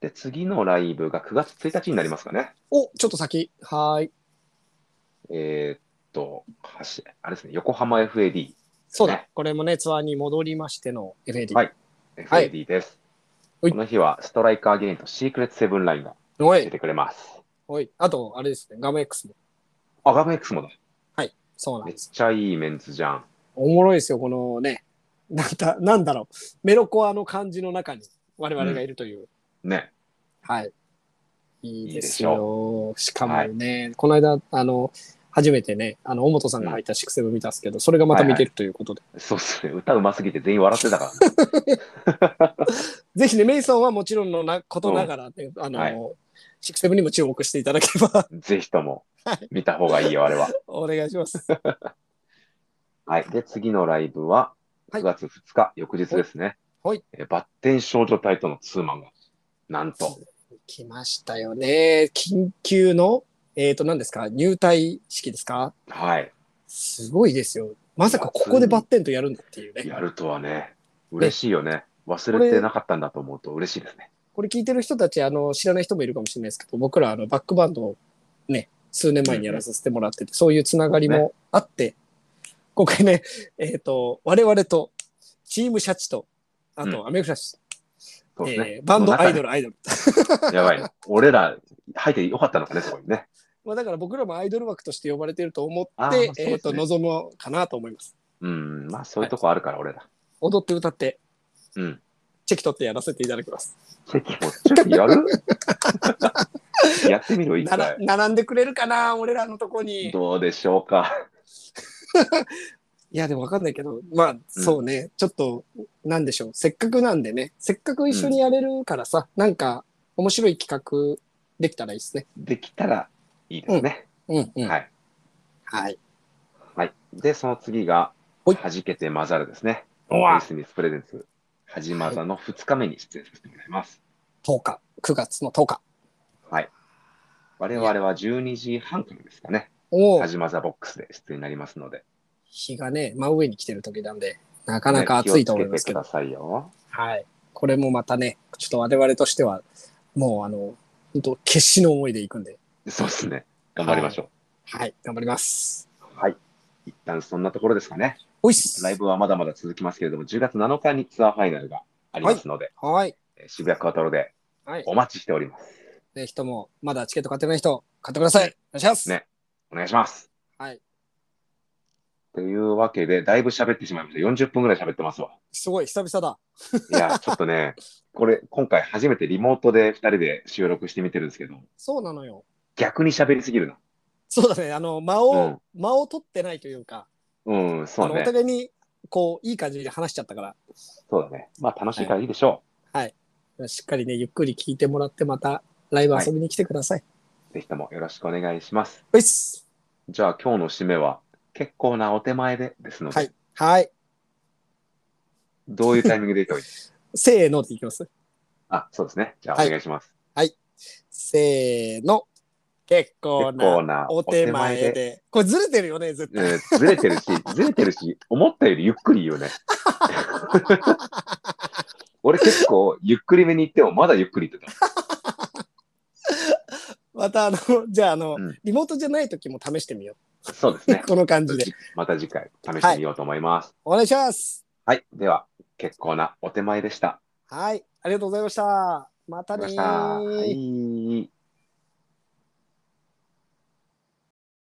Speaker 2: で、次のライブが9月1日になりますかね。
Speaker 3: お、ちょっと先。はーい。
Speaker 2: えーっと、はしあれですね。横浜 FAD。
Speaker 3: そうだ
Speaker 2: ね。
Speaker 3: これもね、ツアーに戻りましての FAD。
Speaker 2: はい FAD
Speaker 3: い
Speaker 2: です。
Speaker 3: ほい
Speaker 2: この日はストライカーゲインとシークレットセブンラインが
Speaker 3: お
Speaker 2: 出
Speaker 3: い、
Speaker 2: てくれます。
Speaker 3: おい。あと、あれですね、ガム X も。
Speaker 2: あ、ガム X もだ。
Speaker 3: そうなん
Speaker 2: めっ
Speaker 3: です。
Speaker 2: ちゃいいメンツじゃん。
Speaker 3: おもろいですよ、このね、なんだ、なんだろう、メロコアの感じの中に我々がいるという。
Speaker 2: ね。
Speaker 3: はい。いいです
Speaker 2: いいで
Speaker 3: よ。しかもね、この間、あの、初めてね、あの、尾本さんが入ったシックセブン見たんですけど、それがまた見てるということで。
Speaker 2: そうっすね。歌うますぎて全員笑ってたからね。
Speaker 3: ぜひね、メイソンはもちろんのなことながらね、あの、
Speaker 2: はい
Speaker 3: シックセブンにも注目していただければ
Speaker 2: ぜひとも見た方がいいよ、あれは。
Speaker 3: お願いします。
Speaker 2: はい。で、次のライブは、
Speaker 3: は
Speaker 2: 9
Speaker 3: い
Speaker 2: 月2日、翌日ですね。
Speaker 3: はい
Speaker 2: えーバッテン少女隊とのツーマンが、なんと、
Speaker 3: 来ましたよね。緊急の、えっ、と、何ですか入隊式ですか
Speaker 2: はい。
Speaker 3: すごいですよ。まさかここでバッテンとやるんだっていうね。
Speaker 2: やるとはね、嬉しいよね。忘れてなかったんだと思うと嬉しいですね。
Speaker 3: これ聞いてる人たち、あの、知らない人もいるかもしれないですけど、僕ら、あの、バックバンドをね、数年前にやらさせてもらってて、そういうつながりもあって、今回ね、えっ、と、我々と、チームシャチと、あと、アメフラシ、
Speaker 2: そうですね。
Speaker 3: えーバンドアイド
Speaker 2: ル。
Speaker 3: ル、アイドル。
Speaker 2: やばいね。俺ら、入ってよかったのかね、そこにね。
Speaker 3: まあ、だから僕らもアイドル枠として呼ばれてると思
Speaker 2: あ
Speaker 3: っ
Speaker 2: ーそうで
Speaker 3: て、
Speaker 2: すね
Speaker 3: えっ、と、望むかなと思います。
Speaker 2: うん、まあそういうとこあるから、俺ら。
Speaker 3: 踊って歌って、
Speaker 2: うん。
Speaker 3: チェキ取ってやらせていただきます。
Speaker 2: 席もちょっとやる やってみろ、一
Speaker 3: なら
Speaker 2: 回。
Speaker 3: 並んでくれるかな俺らのとこに。い
Speaker 2: どうでしょうか。
Speaker 3: や、でもわかんないけど、まあ、そうね、ちょっと、なんでしょう。せっかくなんでね、せっかく一緒にやれるからさ、なんか、面白い企画できたらいいですね。
Speaker 2: できたらいいですね。
Speaker 3: うんうん。
Speaker 2: はい。
Speaker 3: はい。
Speaker 2: はい。で、その次が、
Speaker 3: ほい
Speaker 2: はじけて混ざるですね。
Speaker 3: う
Speaker 2: ウィ
Speaker 3: わ
Speaker 2: ルスミスプレゼンツ、はじまざの2日目に出演させてもらいます。
Speaker 3: 10日、9月の10日。
Speaker 2: はい。我々は12時半からですかね。
Speaker 3: おお
Speaker 2: は、じまざボックスで出演になりますので。
Speaker 3: 日がね、真上に来てる時なんで、なかなか暑いと思いますけど
Speaker 2: ね気を。つけてくださいよ。
Speaker 3: はい。これもまたね、ちょっと我々としては、もうあの、本当決死の思いでいくんで、
Speaker 2: そうですね。頑張りましょ
Speaker 3: はい、頑張ります。
Speaker 2: う。はい。一旦そんなところですかね。
Speaker 3: おいっす。
Speaker 2: ライブはまだまだ続きますけれども、10月7日にツアーファイナルがありますので、
Speaker 3: はい。
Speaker 2: えー渋谷クアトロで
Speaker 3: はい。
Speaker 2: お待ちしております。
Speaker 3: ぜひとも、まだチケット買ってない人、買ってください。お願いします。
Speaker 2: ねお願いします。
Speaker 3: はい。
Speaker 2: というわけで、だいぶ喋ってしまいました。40分ぐらい喋ってますわ。
Speaker 3: すごい、久々だ。
Speaker 2: いや、ちょっとね、これ、今回初めてリモートで2人で収録してみてるんですけど、
Speaker 3: そうなのよ。
Speaker 2: 逆に喋りすぎるな。
Speaker 3: そうだね。あの、間を、間を取ってないというか、
Speaker 2: うん、そ
Speaker 3: あ
Speaker 2: う
Speaker 3: の
Speaker 2: だ
Speaker 3: お
Speaker 2: ね。
Speaker 3: 互いに、こう、いい感じで話しちゃったから、
Speaker 2: そうだね。まあ、楽しいからいいでしょ
Speaker 3: しっかりね、ゆっくり聞いてもらって、また、ライブ遊びに来てください。
Speaker 2: う。ぜひともよろしくお願いします。
Speaker 3: おいっす。
Speaker 2: じゃあ、今日の締めは、結構なお手前でですので、
Speaker 3: はい。はい。
Speaker 2: どういうタイミングでいいかいい
Speaker 3: せーのでいきます。
Speaker 2: あ、そうですね。じゃあ、
Speaker 3: はい
Speaker 2: お願いします。
Speaker 3: せーの。結構
Speaker 2: 結
Speaker 3: な
Speaker 2: 構な
Speaker 3: お手前で。。これずれてるよね、絶対。
Speaker 2: えーずれてるし、 ずれてるし、思ったよりゆっくり 言うね。俺結構ゆっくりめに言ってもまだゆっくり言ってた。
Speaker 3: また、あの、じゃあ、あの、
Speaker 2: うん
Speaker 3: リモートじゃない時も試してみよ
Speaker 2: そうです
Speaker 3: う。。
Speaker 2: ね
Speaker 3: この感じで。
Speaker 2: また次回試してみようと思います。
Speaker 3: お願いします。
Speaker 2: はい、では結構なお手前でした。
Speaker 3: はい。ありがとうございました。また
Speaker 2: あ
Speaker 3: ね
Speaker 2: り
Speaker 3: ー
Speaker 2: がとうございました。はい。